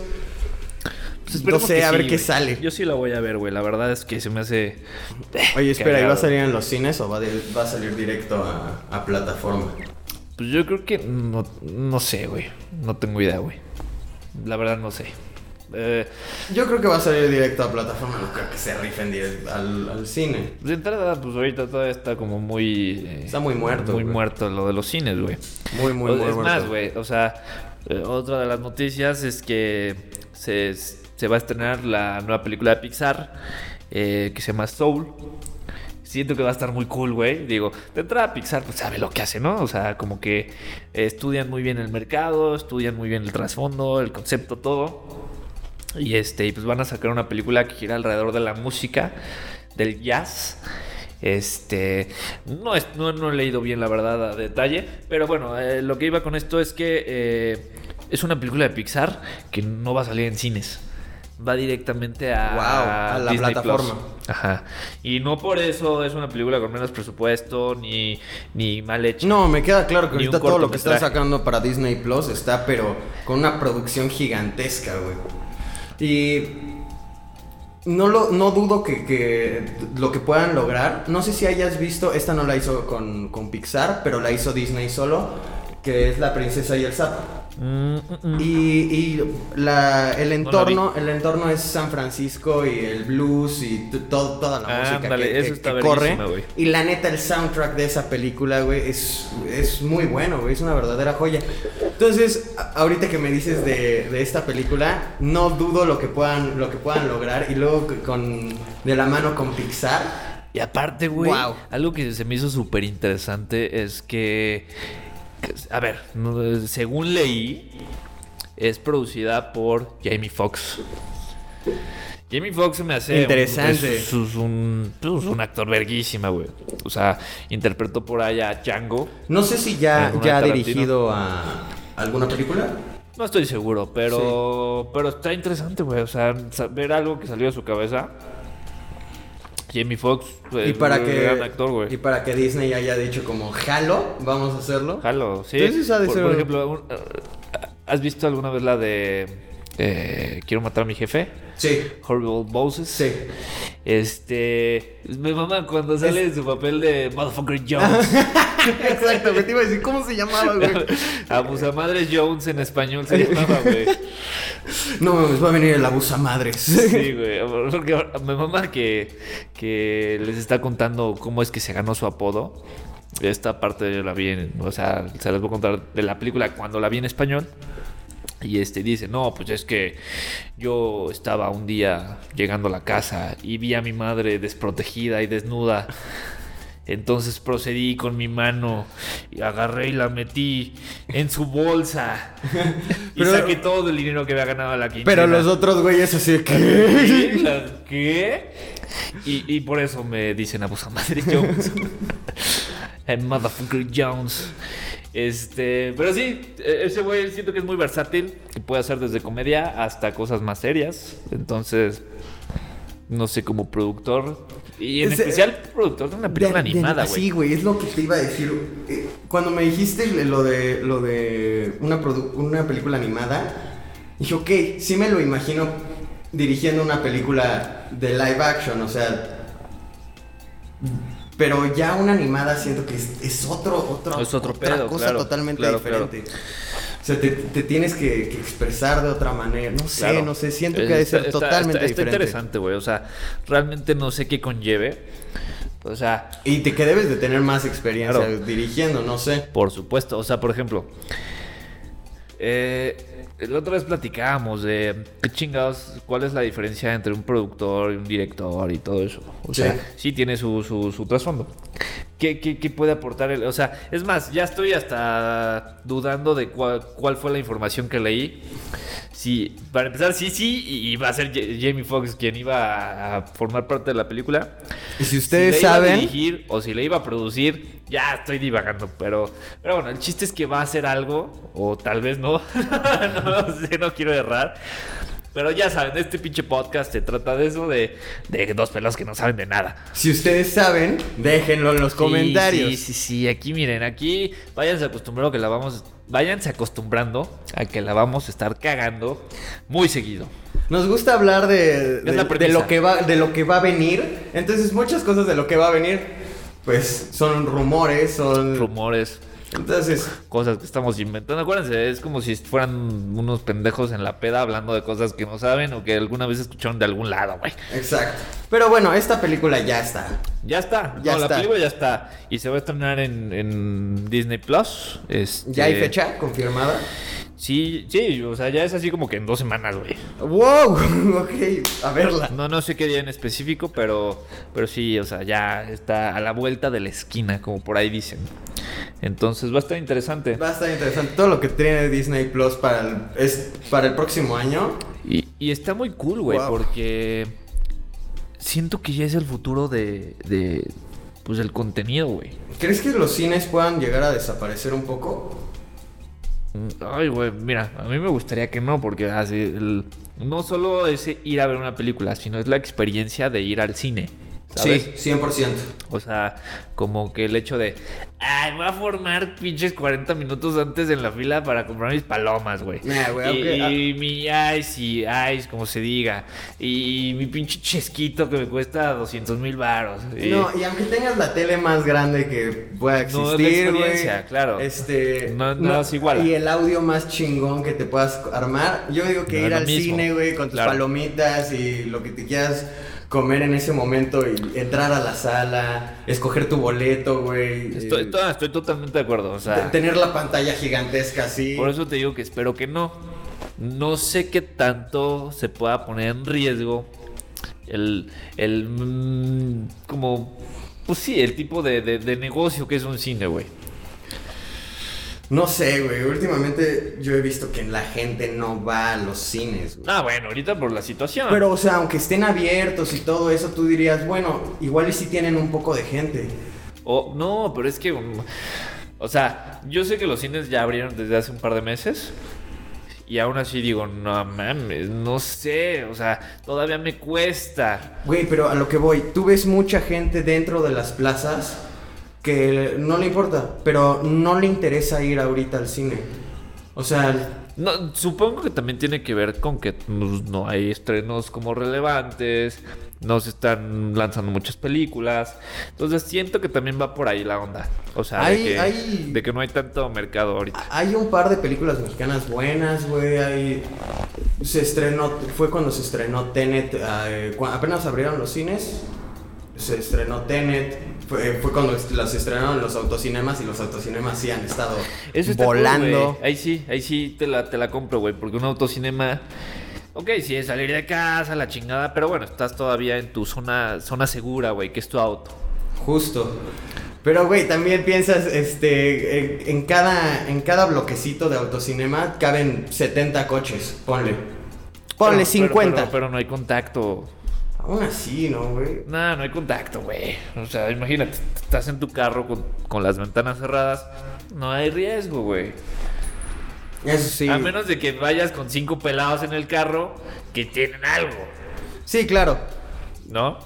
Speaker 2: Pues esperemos
Speaker 1: no sé,
Speaker 2: que
Speaker 1: a ver
Speaker 2: sí,
Speaker 1: qué
Speaker 2: güey.
Speaker 1: sale.
Speaker 2: Yo sí la voy a ver, güey. La verdad es que se me hace. eh,
Speaker 1: Oye, espera, ¿y va a
Speaker 2: Cagado.
Speaker 1: salir en los cines o va, de- va a salir directo a, a plataforma?
Speaker 2: Pues yo creo que. No, no sé, güey. No tengo idea, güey. La verdad, no sé. Eh,
Speaker 1: Yo creo que va a salir directo a plataforma, no creo que se rifen direct- al, al cine.
Speaker 2: de entrada, pues ahorita todavía está como muy. eh,
Speaker 1: Está muy muerto,
Speaker 2: Muy
Speaker 1: güey.
Speaker 2: muerto lo de los cines, güey.
Speaker 1: Muy, muy,
Speaker 2: O-
Speaker 1: muy
Speaker 2: es más,
Speaker 1: muerto.
Speaker 2: güey. O sea, eh, otra de las noticias es que se, se va a estrenar la nueva película de Pixar eh, que se llama Soul. Siento que va a estar muy cool, güey. Digo, de entrada Pixar pues sabe lo que hace, ¿no? O sea, como que eh, estudian muy bien el mercado, estudian muy bien el trasfondo, el concepto, todo. Y este, y pues van a sacar una película que gira alrededor de la música, del jazz. Este, no, es, no, no he leído bien la verdad a detalle, pero bueno, eh, lo que iba con esto es que eh, es una película de Pixar que no va a salir en cines. Va directamente a,
Speaker 1: Guau, a la
Speaker 2: Plus.
Speaker 1: plataforma.
Speaker 2: Ajá. Y no por eso es una película con menos presupuesto ni, ni mal hecha.
Speaker 1: No, me queda claro que
Speaker 2: Ni un
Speaker 1: ahorita todo lo que están
Speaker 2: cortometraje.
Speaker 1: sacando para Disney Plus está, pero con una producción gigantesca, güey. Y no, lo, no dudo que, que lo que puedan lograr. No sé si hayas visto, esta no la hizo con, con Pixar, pero la hizo Disney solo, que es La Princesa y el Sapo.
Speaker 2: Mm, mm, mm.
Speaker 1: Y, y la- el entorno el entorno es San Francisco y el blues y t- to- toda la
Speaker 2: Ah,
Speaker 1: música
Speaker 2: ándale,
Speaker 1: que,
Speaker 2: eso
Speaker 1: que-
Speaker 2: está
Speaker 1: que corre.
Speaker 2: verguísima, güey.
Speaker 1: Y la neta, el soundtrack de esa película, güey, es, es muy bueno, güey, es una verdadera joya. Entonces, a- ahorita que me dices de, de esta película, no dudo lo que puedan, lo que puedan lograr. Y luego c- con de la mano con Pixar.
Speaker 2: Y aparte, güey,
Speaker 1: Guau.
Speaker 2: algo que se me hizo súper interesante es que, que- a ver, no, según leí, es producida por Jamie Foxx. Jamie Foxx se me hace... un-
Speaker 1: Interesante.
Speaker 2: es, es un, pues, un actor verguísima, güey. O sea, interpretó por allá a Django.
Speaker 1: No sé si ya,
Speaker 2: ¿Alguna
Speaker 1: ya ha
Speaker 2: Eh, Tarantino?
Speaker 1: dirigido a alguna película.
Speaker 2: No estoy seguro, pero, pero está interesante, güey. O sea, sa- ver algo que salió de su cabeza. Jamie Foxx,
Speaker 1: y para que
Speaker 2: gran actor, güey.
Speaker 1: y para que Disney haya dicho como jalo vamos a hacerlo
Speaker 2: Jalo, sí.
Speaker 1: Entonces ha de
Speaker 2: por,
Speaker 1: ser
Speaker 2: por
Speaker 1: un-
Speaker 2: ejemplo, un- eh, ¿has visto alguna vez la de eh, Quiero matar a mi jefe?
Speaker 1: sí
Speaker 2: Horrible Bosses.
Speaker 1: sí
Speaker 2: Este. Me maman cuando sale en su papel de Motherfucker Jones.
Speaker 1: exacto me te iba a decir cómo se llamaba güey
Speaker 2: Abusamadre Jones en español se llamaba, güey.
Speaker 1: no mames va a venir el abusa madres
Speaker 2: Sí, güey. Porque me mama que, que les está contando cómo es que se ganó su apodo. Esta parte yo la vi, en- o sea, se las voy a contar de la película cuando la vi en español. Y este dice, no, pues es que yo estaba un día llegando a la casa y vi a mi madre desprotegida y desnuda. Entonces procedí con mi mano y agarré y la metí en su bolsa. y
Speaker 1: Pero-
Speaker 2: saqué todo el dinero que había ganado a la quincena.
Speaker 1: Pero los otros güeyes así de
Speaker 2: ¿Qué?
Speaker 1: que...
Speaker 2: ¿La- ¿Qué? Y, y por eso me dicen abusa madre Jones. Eh, Motherfucker Jones. Este, pero sí, eh, ese güey siento que es muy versátil, que puede hacer desde comedia hasta cosas más serias. Entonces, no sé, como productor. Y en
Speaker 1: Es, eh,
Speaker 2: especial productor de una
Speaker 1: De-
Speaker 2: película
Speaker 1: de-
Speaker 2: animada,
Speaker 1: Sí,
Speaker 2: güey.
Speaker 1: güey, es lo que te iba a decir. Eh, Cuando me dijiste lo de, lo de una, produ- una película animada, dije, ok, sí me lo imagino dirigiendo una película de live action, o sea... Pero ya una animada siento que es, es otro, otro,
Speaker 2: Es otro
Speaker 1: otra
Speaker 2: pedo,
Speaker 1: cosa
Speaker 2: claro,
Speaker 1: totalmente
Speaker 2: claro,
Speaker 1: diferente. O sea, te, te tienes que, que expresar de otra manera. No sé,
Speaker 2: Claro.
Speaker 1: no sé, siento
Speaker 2: Es-
Speaker 1: que ha de
Speaker 2: está-
Speaker 1: ser
Speaker 2: está-
Speaker 1: totalmente
Speaker 2: está- está
Speaker 1: diferente.
Speaker 2: interesante, güey. O sea, realmente no sé qué conlleve. O sea,
Speaker 1: Y te, que debes de tener más experiencia
Speaker 2: Claro.
Speaker 1: dirigiendo, no sé.
Speaker 2: Por supuesto. O sea, por ejemplo, eh, la otra vez platicábamos de qué chingados, cuál es la diferencia entre un productor y un director y todo eso. O
Speaker 1: Sí.
Speaker 2: sea, sí tiene su, su, su trasfondo. ¿Qué, qué, qué puede aportar él? O sea, es más, ya estoy hasta dudando de cuál, cuál fue la información que leí. Sí, para empezar, sí, sí, y y va a ser Ja- Jamie Foxx quien iba a formar parte de la película.
Speaker 1: Y si
Speaker 2: Si
Speaker 1: ustedes
Speaker 2: le iba a
Speaker 1: saben,
Speaker 2: dirigir o si le iba a producir, ya estoy divagando, pero, pero bueno, el chiste es que va a hacer algo, o tal vez no, no lo sé, no quiero errar. Pero ya saben, este pinche podcast se trata de eso, de, de dos pelos que no saben de nada.
Speaker 1: si ustedes saben, déjenlo en los
Speaker 2: Sí,
Speaker 1: comentarios.
Speaker 2: Sí, sí, sí, aquí miren, aquí váyanse acostumbrando que la vamos, váyanse acostumbrando a que la vamos a estar cagando muy seguido.
Speaker 1: Nos gusta hablar de, de-
Speaker 2: Es la
Speaker 1: de
Speaker 2: premisa.
Speaker 1: lo que va, de lo que va a venir. Entonces, muchas cosas de lo que va a venir, pues son rumores, son.
Speaker 2: Rumores,
Speaker 1: Entonces,
Speaker 2: cosas que estamos inventando. Acuérdense, es como si fueran unos pendejos en la peda hablando de cosas que no saben o que alguna vez escucharon de algún lado, güey.
Speaker 1: exacto. Pero bueno, esta película ya está.
Speaker 2: Ya está,
Speaker 1: Ya
Speaker 2: No, la
Speaker 1: está.
Speaker 2: película ya está. Y se va a estrenar en, en Disney Plus. Este,
Speaker 1: Ya hay fecha confirmada.
Speaker 2: Sí, sí, o sea, ya es así como que en dos semanas, güey.
Speaker 1: ¡Wow! ok, a verla.
Speaker 2: No, no sé qué día en específico, pero, pero sí, o sea, ya está a la vuelta de la esquina, como por ahí dicen. Entonces va a estar interesante.
Speaker 1: Va a estar interesante. Todo lo que tiene Disney Plus para el, es para el próximo año.
Speaker 2: Y, y está muy cool, güey,
Speaker 1: Wow.
Speaker 2: porque siento que ya es el futuro de, de pues, el contenido, güey.
Speaker 1: ¿Crees que los cines puedan llegar a desaparecer un poco?
Speaker 2: Ay, güey, mira, a mí me gustaría que no, porque así, el- no solo es ir a ver una película, sino es la experiencia de ir al cine. ¿sabes?
Speaker 1: Sí, 100%.
Speaker 2: O sea, como que el hecho de, ay, me voy a formar pinches 40 minutos antes en la fila para comprar mis palomas, güey.
Speaker 1: Nah, Ah, güey,
Speaker 2: y,
Speaker 1: aunque-
Speaker 2: y mi ice y ice, como se diga. Y, mi pinche chesquito que me cuesta 200 mil baros. y-
Speaker 1: No, y aunque tengas la tele más grande que pueda
Speaker 2: es la
Speaker 1: existir, güey.
Speaker 2: experiencia, claro.
Speaker 1: Este,
Speaker 2: No- no es igual.
Speaker 1: Y el audio más chingón que te puedas armar. Yo digo que
Speaker 2: No es
Speaker 1: ir
Speaker 2: lo
Speaker 1: al
Speaker 2: mismo.
Speaker 1: cine, güey, con tus
Speaker 2: Claro.
Speaker 1: palomitas y lo que te quieras comer en ese momento y entrar a la sala, escoger tu boleto, güey.
Speaker 2: Estoy,
Speaker 1: eh,
Speaker 2: to- estoy totalmente de acuerdo. O sea,
Speaker 1: te- tener la pantalla gigantesca así.
Speaker 2: Por eso te digo que espero que no. No sé qué tanto se pueda poner en riesgo el, el mm, como, pues sí, el tipo de, de- de negocio que es un cine, güey.
Speaker 1: No sé, güey. Últimamente yo he visto que la gente no va a los cines, güey.
Speaker 2: Ah, bueno, ahorita por la situación.
Speaker 1: Pero, o sea, aunque estén abiertos y todo eso, tú dirías, bueno, igual y si tienen un poco de gente.
Speaker 2: O- no, pero es que, mm, o sea, yo sé que los cines ya abrieron desde hace un par de meses. Y aún así digo, no mames, no sé, o sea, todavía me cuesta.
Speaker 1: Güey, pero a lo que voy, tú ves mucha gente dentro de las plazas que no le importa, pero no le interesa ir ahorita al cine. O sea,
Speaker 2: No, supongo que también tiene que ver con que pues, no hay estrenos como relevantes, no se están lanzando muchas películas. Entonces siento que también va por ahí la onda. O sea,
Speaker 1: Hay-
Speaker 2: de, que,
Speaker 1: hay-
Speaker 2: de que no hay tanto mercado ahorita.
Speaker 1: hay un par de películas mexicanas buenas, güey. Hay... Se estrenó, fue cuando se estrenó Tenet, eh, cu- apenas abrieron los cines, se estrenó Tenet, fue, fue cuando est- las estrenaron los autocinemas y los autocinemas sí han estado
Speaker 2: Eso está cool,
Speaker 1: volando.
Speaker 2: güey. ahí sí, ahí sí te la, te la compro, güey. Porque un autocinema. Ok, sí, es salir de casa, la chingada. Pero bueno, estás todavía en tu zona, zona segura, güey, que es tu auto.
Speaker 1: Justo. Pero, güey, también piensas, este, en, en cada, en cada bloquecito de autocinema caben 70 coches, ponle. Ponle
Speaker 2: Pero- pero-
Speaker 1: 50.
Speaker 2: Pero, pero no hay contacto.
Speaker 1: Aún así, ¿no, güey?
Speaker 2: No, no hay contacto, güey. O sea, imagínate, t- estás en tu carro con, con las ventanas cerradas. No hay riesgo, güey.
Speaker 1: Eso sí.
Speaker 2: A menos de que vayas con cinco pelados en el carro que tienen algo,
Speaker 1: Sí, claro.
Speaker 2: ¿no?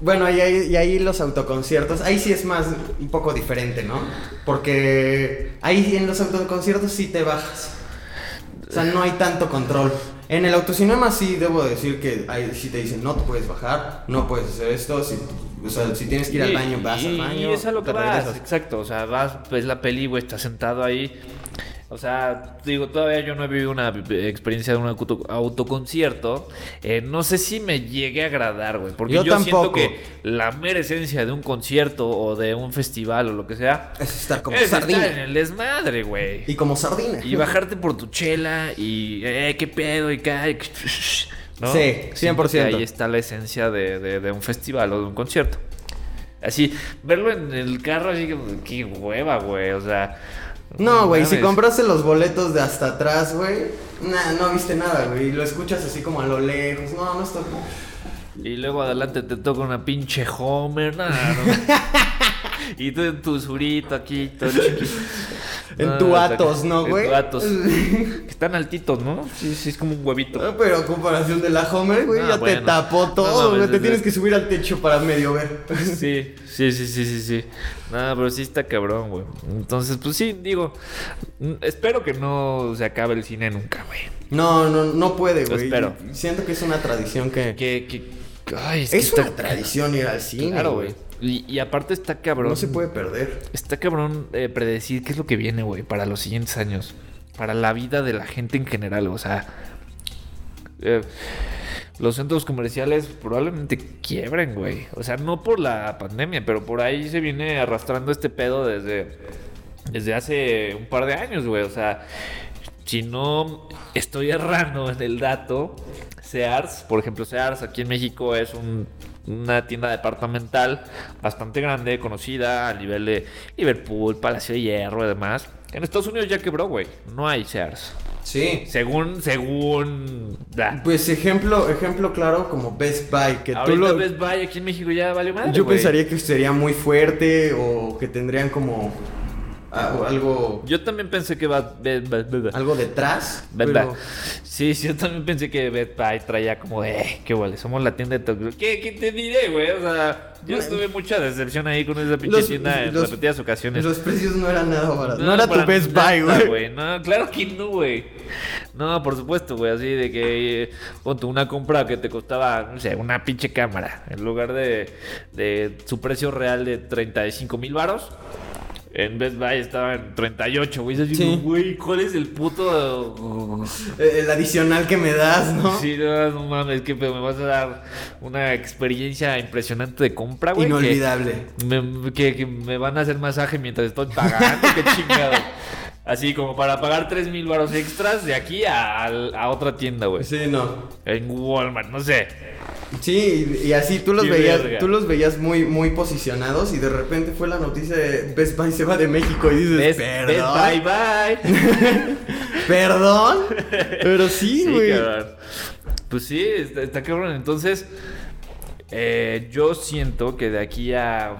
Speaker 1: Bueno, y ahí, y ahí los autoconciertos, ahí sí es más, un poco diferente, ¿no? Porque ahí en los autoconciertos sí te bajas. O sea, no hay tanto control. En el autocinema sí debo decir que ahí sí te dicen, no te puedes bajar, no puedes hacer esto, si, o sea, si tienes que ir al
Speaker 2: Y-
Speaker 1: baño, vas al
Speaker 2: y-
Speaker 1: baño.
Speaker 2: Y es a lo
Speaker 1: te
Speaker 2: que vas,
Speaker 1: regresas.
Speaker 2: exacto. O sea, vas, ves la peli, güey, estás sentado ahí. O sea, digo, todavía yo no he vivido una eh, experiencia de un auto- autoconcierto. Eh, no sé si me llegue a agradar, güey. Porque yo,
Speaker 1: Yo
Speaker 2: siento
Speaker 1: tampoco.
Speaker 2: que la mera esencia de un concierto o de un festival o lo que sea
Speaker 1: Es estar como
Speaker 2: es
Speaker 1: sardina.
Speaker 2: estar en el desmadre, güey.
Speaker 1: Y como sardina.
Speaker 2: Y bajarte por tu chela y, eh, qué pedo y cae.
Speaker 1: Sí,
Speaker 2: ¿no? Siento que
Speaker 1: 100%.
Speaker 2: Ahí está la esencia de, de- de un festival o de un concierto. Así, verlo en el carro, así que, qué hueva, güey. O sea.
Speaker 1: No, güey, si
Speaker 2: mames.
Speaker 1: compraste los boletos de hasta atrás, güey, nah, no viste nada, güey. Lo escuchas así como a lo lejos. No, no está.
Speaker 2: Y luego adelante te toca una pinche Homer, nada, no. Y tú en tu surito aquí, todo chiquito.
Speaker 1: En
Speaker 2: No,
Speaker 1: tu
Speaker 2: está-
Speaker 1: Atos, ¿no, güey?
Speaker 2: En tu Atos. Que Están altitos, ¿no? Sí, sí, es como un huevito.
Speaker 1: No, Pero a comparación de la Homer, güey,
Speaker 2: Ah,
Speaker 1: ya
Speaker 2: bueno.
Speaker 1: te tapó
Speaker 2: No
Speaker 1: todo,
Speaker 2: mames,
Speaker 1: güey. te
Speaker 2: desde-
Speaker 1: tienes que subir al techo para medio ver.
Speaker 2: Sí, sí, sí, sí, sí, sí. Nada, pero sí está cabrón, güey. Entonces, pues sí, digo, mm, espero que no se acabe el cine nunca, güey.
Speaker 1: No, no, no puede, güey.
Speaker 2: Espero.
Speaker 1: Siento que es una tradición que.
Speaker 2: Que, que, ay, es, que
Speaker 1: es
Speaker 2: está-
Speaker 1: una tradición ir al cine.
Speaker 2: Claro, güey. Y, y aparte está cabrón.
Speaker 1: No se puede perder.
Speaker 2: Está cabrón eh, predecir qué es lo que viene, güey, para los siguientes años. Para la vida de la gente en general, o sea. eh, los centros comerciales probablemente quiebren, güey. O sea, no por la pandemia, pero por ahí se viene arrastrando este pedo desde, desde hace un par de años, güey. O sea, si no estoy errando en el dato, Sears, por ejemplo, Sears aquí en México es un- una tienda departamental bastante grande, conocida a nivel de Liverpool, Palacio de Hierro y demás. En Estados Unidos ya quebró, güey. No hay Sears.
Speaker 1: Sí.
Speaker 2: Según, según... da.
Speaker 1: Pues ejemplo, ejemplo claro, como Best Buy, que tú
Speaker 2: Ahorita
Speaker 1: lo.
Speaker 2: Best Buy aquí en México ya valió madre,
Speaker 1: Yo
Speaker 2: güey.
Speaker 1: pensaría que sería muy fuerte o que tendrían como a- o algo
Speaker 2: Yo también pensé que va... Best Buy- Best Buy-
Speaker 1: algo detrás,
Speaker 2: Best
Speaker 1: pero
Speaker 2: Buy. Sí, sí, yo también pensé que Best Buy traía como, eh, qué vale, somos la tienda de Tokio. ¿Qué, qué te diré, güey? O sea, yo
Speaker 1: Bueno.
Speaker 2: tuve mucha decepción ahí con esa pinche
Speaker 1: Los-
Speaker 2: tienda en
Speaker 1: los-
Speaker 2: repetidas ocasiones.
Speaker 1: los precios no eran nada baratos. No, era tu
Speaker 2: para
Speaker 1: Best
Speaker 2: nada,
Speaker 1: Buy, güey.
Speaker 2: No, claro que no, güey. No, por supuesto, güey. Así de que eh, ponte una compra que te costaba, no sé, una pinche cámara. En lugar de, de su precio real de 35 mil varos. En Best Buy estaba en 38, güey. Y así,
Speaker 1: Sí.
Speaker 2: Güey, ¿cuál es el puto
Speaker 1: Eh, El adicional que me das, ¿no?
Speaker 2: Sí, no, no mames, que me vas a dar una experiencia impresionante de compra, güey. que-
Speaker 1: Inolvidable.
Speaker 2: me- que, que me van a hacer masaje mientras estoy pagando, qué chingado. Así como para pagar 3 mil baros extras de aquí a, al- a otra tienda, güey.
Speaker 1: Sí, no.
Speaker 2: En Walmart, no sé.
Speaker 1: Sí, y, y así tú los
Speaker 2: Sí,
Speaker 1: veías,
Speaker 2: verga.
Speaker 1: tú los veías muy, muy posicionados y de repente fue la noticia de Best Buy se va de México y dices,
Speaker 2: Best- Best
Speaker 1: Pues perdón,
Speaker 2: bye bye.
Speaker 1: perdón, pero sí,
Speaker 2: Sí,
Speaker 1: güey.
Speaker 2: cabrón. Pues sí, está, está cabrón. Entonces, eh, yo siento que de aquí a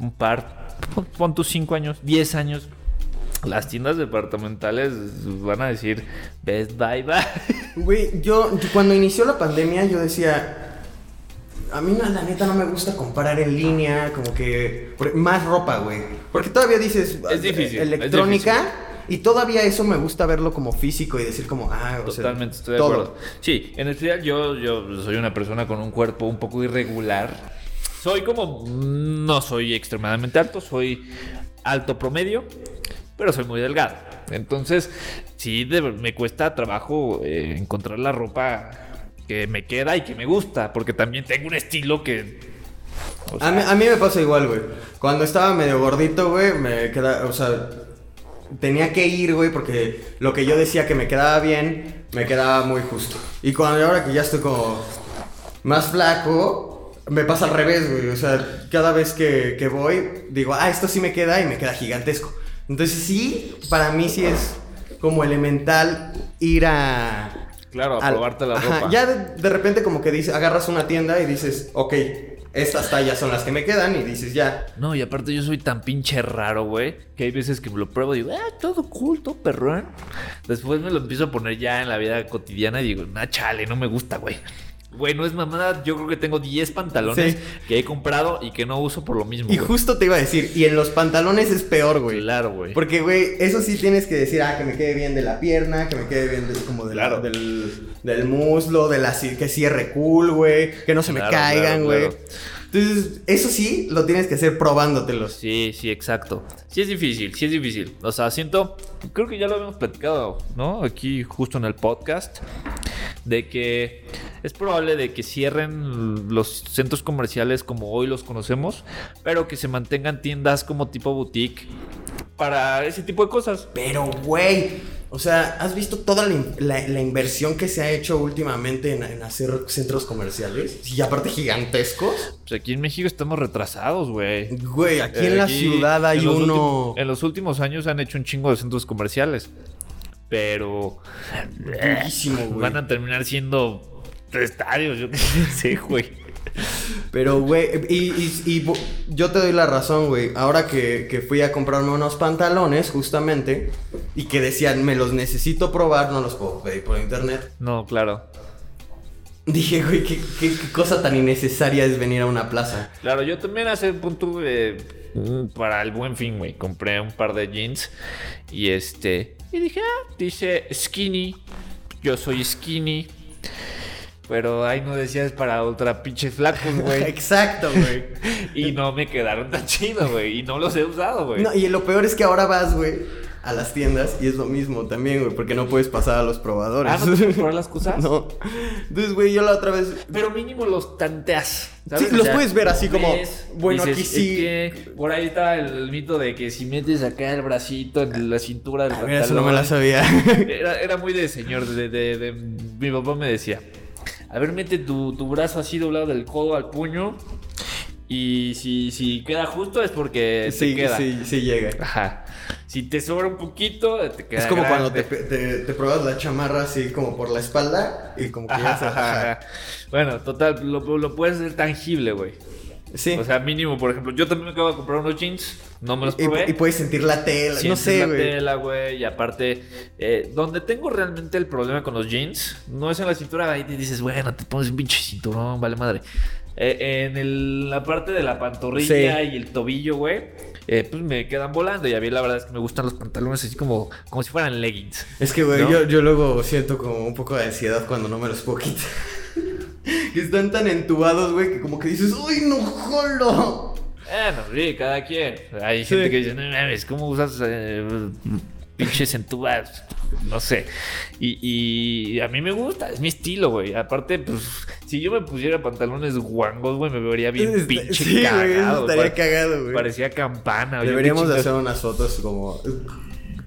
Speaker 2: un par, pon- pon tus 5 años, 10 años, las tiendas departamentales van a decir Best Buy Bye.
Speaker 1: Güey, yo cuando inició la pandemia yo decía, a mí no, la neta no me gusta comprar en línea, como que por- más ropa, güey. Porque todavía dices
Speaker 2: Es difícil,
Speaker 1: eh,
Speaker 2: es
Speaker 1: electrónica y todavía eso me gusta verlo como físico y decir como, ah, o sea,
Speaker 2: Totalmente, estoy de
Speaker 1: todo.
Speaker 2: acuerdo. Sí, en especial yo, yo soy una persona con un cuerpo un poco irregular. Soy como. No soy extremadamente alto, soy alto promedio, pero soy muy delgado. Entonces, sí, de- me cuesta trabajo eh, encontrar la ropa que me queda y que me gusta, porque también tengo un estilo que O sea,
Speaker 1: A mí, a mí me pasa igual, güey. Cuando estaba medio gordito, güey, me queda, o sea, tenía que ir, güey, porque lo que yo decía que me quedaba bien, me quedaba muy justo. Y cuando ahora que ya estoy como más flaco, me pasa al revés, güey. O sea, cada vez que, que voy, digo, ah, esto sí me queda y me queda gigantesco. Entonces sí, para mí sí es como elemental ir a...
Speaker 2: Claro, a
Speaker 1: al-
Speaker 2: probarte la
Speaker 1: Ajá,
Speaker 2: ropa.
Speaker 1: Ya de, de repente como que dices, agarras una tienda y dices, ok, estas tallas son las que me quedan y dices, ya.
Speaker 2: No, y aparte yo soy tan pinche raro, güey, que hay veces que me lo pruebo y digo, ah, todo cool, todo perrón. Después me lo empiezo a poner ya en la vida cotidiana y digo, nah, chale, no me gusta, güey. Güey, no es mamada, yo creo que tengo 10 pantalones
Speaker 1: Sí.
Speaker 2: que he comprado y que no uso por lo mismo.
Speaker 1: Y
Speaker 2: güey.
Speaker 1: justo te iba a decir, y en los pantalones es peor, güey.
Speaker 2: Claro, güey.
Speaker 1: Porque, güey, eso sí tienes que decir, ah, que me quede bien de la pierna, que me quede bien de- como de la-
Speaker 2: Claro.
Speaker 1: del, del muslo, de la, ci- que cierre cool, güey, que no se me
Speaker 2: Claro,
Speaker 1: caigan,
Speaker 2: claro,
Speaker 1: güey.
Speaker 2: claro.
Speaker 1: Entonces, eso sí lo tienes que hacer probándotelos.
Speaker 2: Sí, sí, exacto. Sí es difícil, sí es difícil. O sea, siento, creo que ya lo habíamos platicado, ¿no? Aquí justo en el podcast, de que es probable de que cierren los centros comerciales como hoy los conocemos, pero que se mantengan tiendas como tipo boutique para ese tipo de cosas.
Speaker 1: Pero, güey, o sea, ¿has visto toda la, in- la- la inversión que se ha hecho últimamente en, en hacer centros comerciales? Y aparte gigantescos.
Speaker 2: Pues aquí en México estamos retrasados, güey.
Speaker 1: Güey, aquí en la
Speaker 2: Eh, Aquí,
Speaker 1: ciudad hay
Speaker 2: en los
Speaker 1: uno...
Speaker 2: ulti- en los últimos años han hecho un chingo de centros comerciales, pero...
Speaker 1: durísimo, güey.
Speaker 2: Pues Van a terminar siendo estadios, yo qué sé, güey.
Speaker 1: Pero, güey, y, y- y bo- yo te doy la razón, güey. Ahora que, que fui a comprarme unos pantalones, justamente, y que decían, me los necesito probar, no los puedo pedir por internet.
Speaker 2: No, claro.
Speaker 1: Dije, güey, ¿qué, qué- qué cosa tan innecesaria es venir a una plaza.
Speaker 2: Claro, yo también hace un punto eh, para el buen fin, güey. Compré un par de jeans y este. Y dije, ah, dice skinny. Yo soy skinny. Pero ahí no decías para otra pinche flaco, güey.
Speaker 1: Exacto, güey.
Speaker 2: y no me quedaron tan chidos, güey. Y no los he usado, güey.
Speaker 1: No, y lo peor es que ahora vas, güey, a las tiendas y es lo mismo también, güey, porque no puedes pasar a los probadores.
Speaker 2: Ah, ¿no te puedes probar las cosas?
Speaker 1: No. Entonces, güey, yo la otra vez
Speaker 2: Pero mínimo los tanteas.
Speaker 1: Sí, los puedes ver así como, bueno, aquí sí.
Speaker 2: es que por ahí está el mito de que si metes acá el bracito en la cintura del
Speaker 1: A ver, Ah, eso no me la
Speaker 2: pantalón-
Speaker 1: sabía.
Speaker 2: Era, era muy de señor. De, de- de- mi papá me decía: A ver, mete tu, tu brazo así doblado del codo al puño. Y si, si queda justo es porque
Speaker 1: sí,
Speaker 2: te queda.
Speaker 1: sí, sí llega.
Speaker 2: Ajá. Si te sobra un poquito, te queda.
Speaker 1: Es como cuando te,
Speaker 2: grande.
Speaker 1: te, te pruebas la chamarra así como por la espalda y como que ya se-
Speaker 2: Ajá, ajá, ajá. Bueno, total, lo, lo puedes hacer tangible, güey.
Speaker 1: Sí.
Speaker 2: O sea, mínimo, por ejemplo, yo también me acabo de comprar unos jeans, no me los probé.
Speaker 1: y, y puedes sentir la tela, no
Speaker 2: Sientes
Speaker 1: sé,
Speaker 2: la
Speaker 1: güey.
Speaker 2: tela, güey. Y aparte, eh, donde tengo realmente el problema con los jeans, no es en la cintura, ahí te dices, bueno, te pones un pinche cinturón, vale madre. Eh, en el- la parte de la pantorrilla
Speaker 1: Sí.
Speaker 2: y el tobillo, güey, eh, pues me quedan volando. Y a mí la verdad es que me gustan los pantalones así como, como si fueran leggings.
Speaker 1: Es que, güey,
Speaker 2: ¿No?
Speaker 1: yo, yo luego siento como un poco de ansiedad cuando no me los puedo quitar. que están tan entubados, güey, que como que dices, ¡Uy, no jolo!
Speaker 2: Bueno, sí, cada quien. Hay
Speaker 1: Sí.
Speaker 2: gente que dice, no mames, ¿cómo usas eh, pinches entubas? No sé. Y, y a mí me gusta, es mi estilo, güey. Aparte, pues, si yo me pusiera pantalones guangos, güey, me vería bien
Speaker 1: Es-
Speaker 2: pinche
Speaker 1: Este, sí,
Speaker 2: cagado.
Speaker 1: güey, eso estaría
Speaker 2: pare-
Speaker 1: cagado, güey.
Speaker 2: Parecía campana. o yo qué
Speaker 1: Deberíamos de
Speaker 2: chingas.
Speaker 1: hacer unas fotos como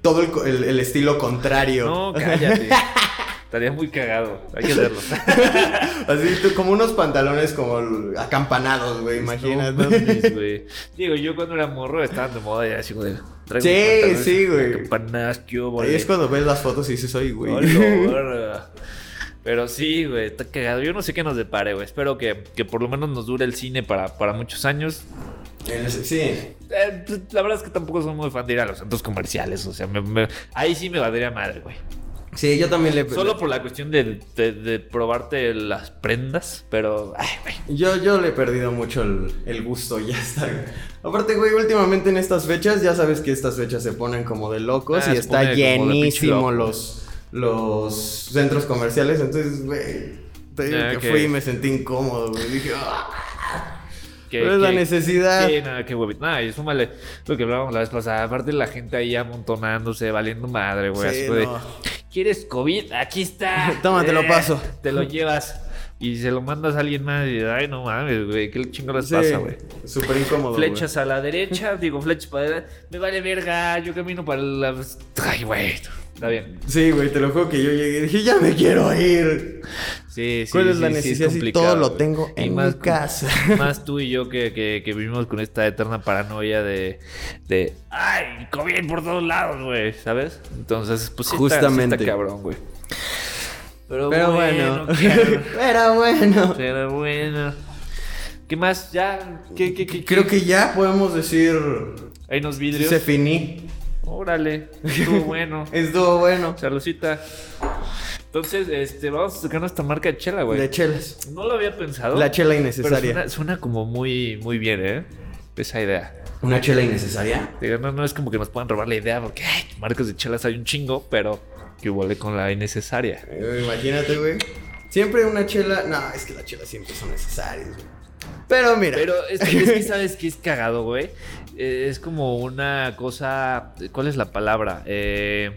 Speaker 1: todo el, co- el- el estilo contrario.
Speaker 2: No, cállate. estaría muy cagado. Hay que hacerlo.
Speaker 1: Así, tú, como unos pantalones como l- acampanados, güey, imagínate.
Speaker 2: No mames, güey. Digo, yo cuando era morro estaban de moda ya así, güey. traigo
Speaker 1: Sí,
Speaker 2: pantalones
Speaker 1: sí, güey.
Speaker 2: Campanas, qué hubo,
Speaker 1: Ahí
Speaker 2: güey.
Speaker 1: es cuando ves las fotos y dices, oye, güey.
Speaker 2: Pues, Hola, verga. Pero sí, güey, está cagado. Yo no sé qué nos depare, güey. Espero que, que por lo menos nos dure el cine para, para muchos años.
Speaker 1: El- Sí.
Speaker 2: Eh, pues, la verdad es que tampoco soy muy fan de ir a los centros comerciales. O sea, me- me- ahí sí me valdría madre, güey.
Speaker 1: Sí, yo también le...
Speaker 2: Solo por la cuestión de, de- de probarte las prendas, pero... Ay, güey.
Speaker 1: Yo, yo le he perdido mucho el, el gusto, ya está. güey. Aparte, güey, últimamente en estas fechas, ya sabes que estas fechas se ponen como de locos
Speaker 2: Ah,
Speaker 1: y
Speaker 2: se
Speaker 1: está
Speaker 2: pone como de pinche
Speaker 1: llenísimo
Speaker 2: loco.
Speaker 1: los, los centros comerciales. Entonces, güey, te digo
Speaker 2: Ah,
Speaker 1: que
Speaker 2: ok.
Speaker 1: fui y me sentí incómodo, güey. Dije, "Ah".
Speaker 2: Que-
Speaker 1: Pero es la
Speaker 2: que-
Speaker 1: necesidad.
Speaker 2: Sí, nada, qué huevito. Nada, y súmale lo que hablábamos la vez pasada. Aparte, la gente ahí amontonándose, valiendo madre, güey.
Speaker 1: Sí,
Speaker 2: así fue de,
Speaker 1: no.
Speaker 2: ¿Quieres COVID? Aquí está.
Speaker 1: Toma, te lo
Speaker 2: Eh,
Speaker 1: paso.
Speaker 2: Te lo llevas. y se lo mandas a alguien más y ay, no mames, güey, qué chingo les
Speaker 1: Sí,
Speaker 2: pues pasa, güey.
Speaker 1: Súper incómodo. güey.
Speaker 2: Flechas a la derecha, digo, flechas para la me vale verga, yo camino para la... Ay, güey, está bien.
Speaker 1: Sí, güey, te lo juro que yo llegué y dije, ya me quiero ir.
Speaker 2: Sí, sí,
Speaker 1: ¿Cuál es
Speaker 2: sí,
Speaker 1: la
Speaker 2: sí,
Speaker 1: necesidad si
Speaker 2: complicado,
Speaker 1: todo lo
Speaker 2: güey.
Speaker 1: tengo
Speaker 2: Y
Speaker 1: en mi
Speaker 2: más-
Speaker 1: casa?
Speaker 2: Más tú y yo que, que- que vivimos con esta eterna paranoia de, de ay, COVID por todos lados, güey, ¿sabes? Entonces, pues sí está- sí
Speaker 1: Justamente.
Speaker 2: está cabrón, güey. Pero,
Speaker 1: Pero
Speaker 2: bueno,
Speaker 1: bueno.
Speaker 2: cabrón.
Speaker 1: Pero bueno.
Speaker 2: pero bueno. ¿Qué más? Ya, ¿qué, qué, qué?
Speaker 1: Creo
Speaker 2: qué?
Speaker 1: que ya podemos decir.
Speaker 2: Hay unos vidrios.
Speaker 1: Se finí.
Speaker 2: Órale, estuvo bueno.
Speaker 1: Estuvo bueno.
Speaker 2: Salucita. Entonces, este, vamos a sacar nuestra marca de chela, güey.
Speaker 1: De chelas.
Speaker 2: No lo había pensado.
Speaker 1: La chela
Speaker 2: pero
Speaker 1: innecesaria.
Speaker 2: Suena, suena como muy, muy bien, ¿eh? Esa idea.
Speaker 1: ¿Una chela innecesaria?
Speaker 2: Digo, no, no es como que nos puedan robar la idea porque ay, marcas de chelas hay un chingo, pero que igualé con la innecesaria.
Speaker 1: Eh, Imagínate, güey. Siempre una chela. No, es que las chelas siempre son necesarias, güey. Pero mira.
Speaker 2: Pero es, es que sabes que es cagado, güey. Eh, es como una cosa. ¿Cuál es la palabra? Eh,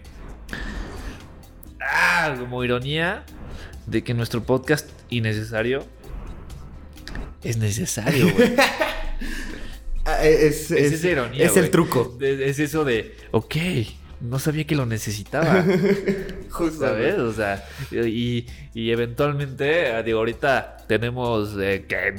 Speaker 2: ah, como ironía de que nuestro podcast innecesario es necesario, güey.
Speaker 1: Ah, es,
Speaker 2: Es,
Speaker 1: es-
Speaker 2: esa ironía.
Speaker 1: es el
Speaker 2: güey.
Speaker 1: truco.
Speaker 2: De- Es eso de, ok, no sabía que lo necesitaba.
Speaker 1: Justo.
Speaker 2: ¿Sabes?
Speaker 1: güey.
Speaker 2: O sea, y, y eventualmente, eh, digo, ahorita tenemos eh, que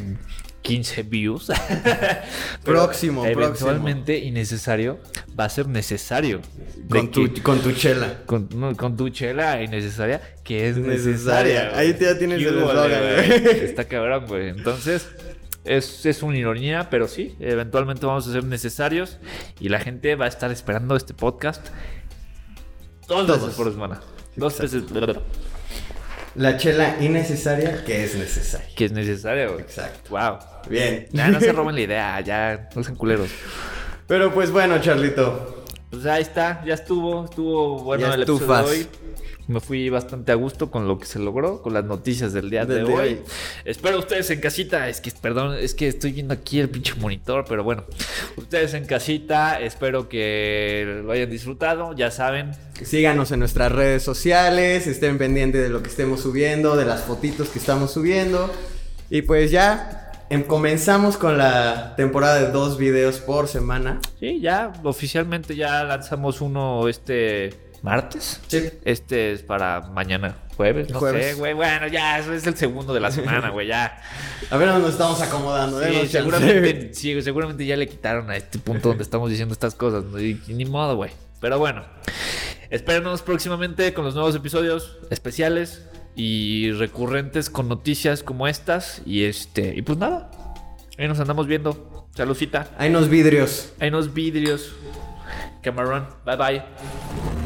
Speaker 2: 15 views. Pero
Speaker 1: Próximo,
Speaker 2: Eventualmente, innecesario, va a ser necesario.
Speaker 1: Con
Speaker 2: De
Speaker 1: tu,
Speaker 2: que-
Speaker 1: con tu chela.
Speaker 2: con, no, con tu chela innecesaria, que es necesaria.
Speaker 1: Necesaria. Ahí te- ya tienes
Speaker 2: Y
Speaker 1: el
Speaker 2: hubo,
Speaker 1: eslogan,
Speaker 2: güey,
Speaker 1: güey.
Speaker 2: Está cabrón, güey. Entonces, es, es una ironía, pero sí, eventualmente vamos a ser necesarios y la gente va a estar esperando este podcast dos
Speaker 1: Todos.
Speaker 2: veces por semana. Dos veces.
Speaker 1: La chela innecesaria que es necesaria.
Speaker 2: Que es necesaria, güey.
Speaker 1: Exacto.
Speaker 2: Wow.
Speaker 1: Bien.
Speaker 2: Ya no se roben la idea, ya no sean culeros.
Speaker 1: Pero pues bueno, Charlito.
Speaker 2: Pues ahí está, ya estuvo, estuvo bueno
Speaker 1: Ya
Speaker 2: el episodio
Speaker 1: estufas.
Speaker 2: de hoy. Me fui bastante a gusto con lo que se logró, con las noticias del día
Speaker 1: Del
Speaker 2: de
Speaker 1: día
Speaker 2: hoy.
Speaker 1: de hoy.
Speaker 2: Espero ustedes en casita, es que perdón, es que estoy viendo aquí el pinche monitor, pero bueno, ustedes en casita, espero que lo hayan disfrutado, ya saben,
Speaker 1: Síganos en nuestras redes sociales, estén pendientes de lo que estemos subiendo, de las fotitos que estamos subiendo. Y pues ya em- comenzamos con la temporada de dos videos por semana.
Speaker 2: sí, ya oficialmente ya lanzamos uno este martes.
Speaker 1: Sí.
Speaker 2: Este es para mañana jueves, no
Speaker 1: Jueves.
Speaker 2: sé, güey, bueno, ya eso es el segundo de la semana, güey, ya.
Speaker 1: A ver, nos estamos acomodando.
Speaker 2: Sí,
Speaker 1: denos chance.
Speaker 2: seguramente, sí, seguramente ya le quitaron a este punto donde estamos diciendo estas cosas. ¿no? Y- y ni modo, güey. Pero bueno, espérenos próximamente con los nuevos episodios especiales y recurrentes con noticias como estas. Y este, y pues nada, ahí nos andamos viendo. Saludcita,
Speaker 1: Hay unos vidrios.
Speaker 2: ahí nos vidrios. Camarón, bye bye.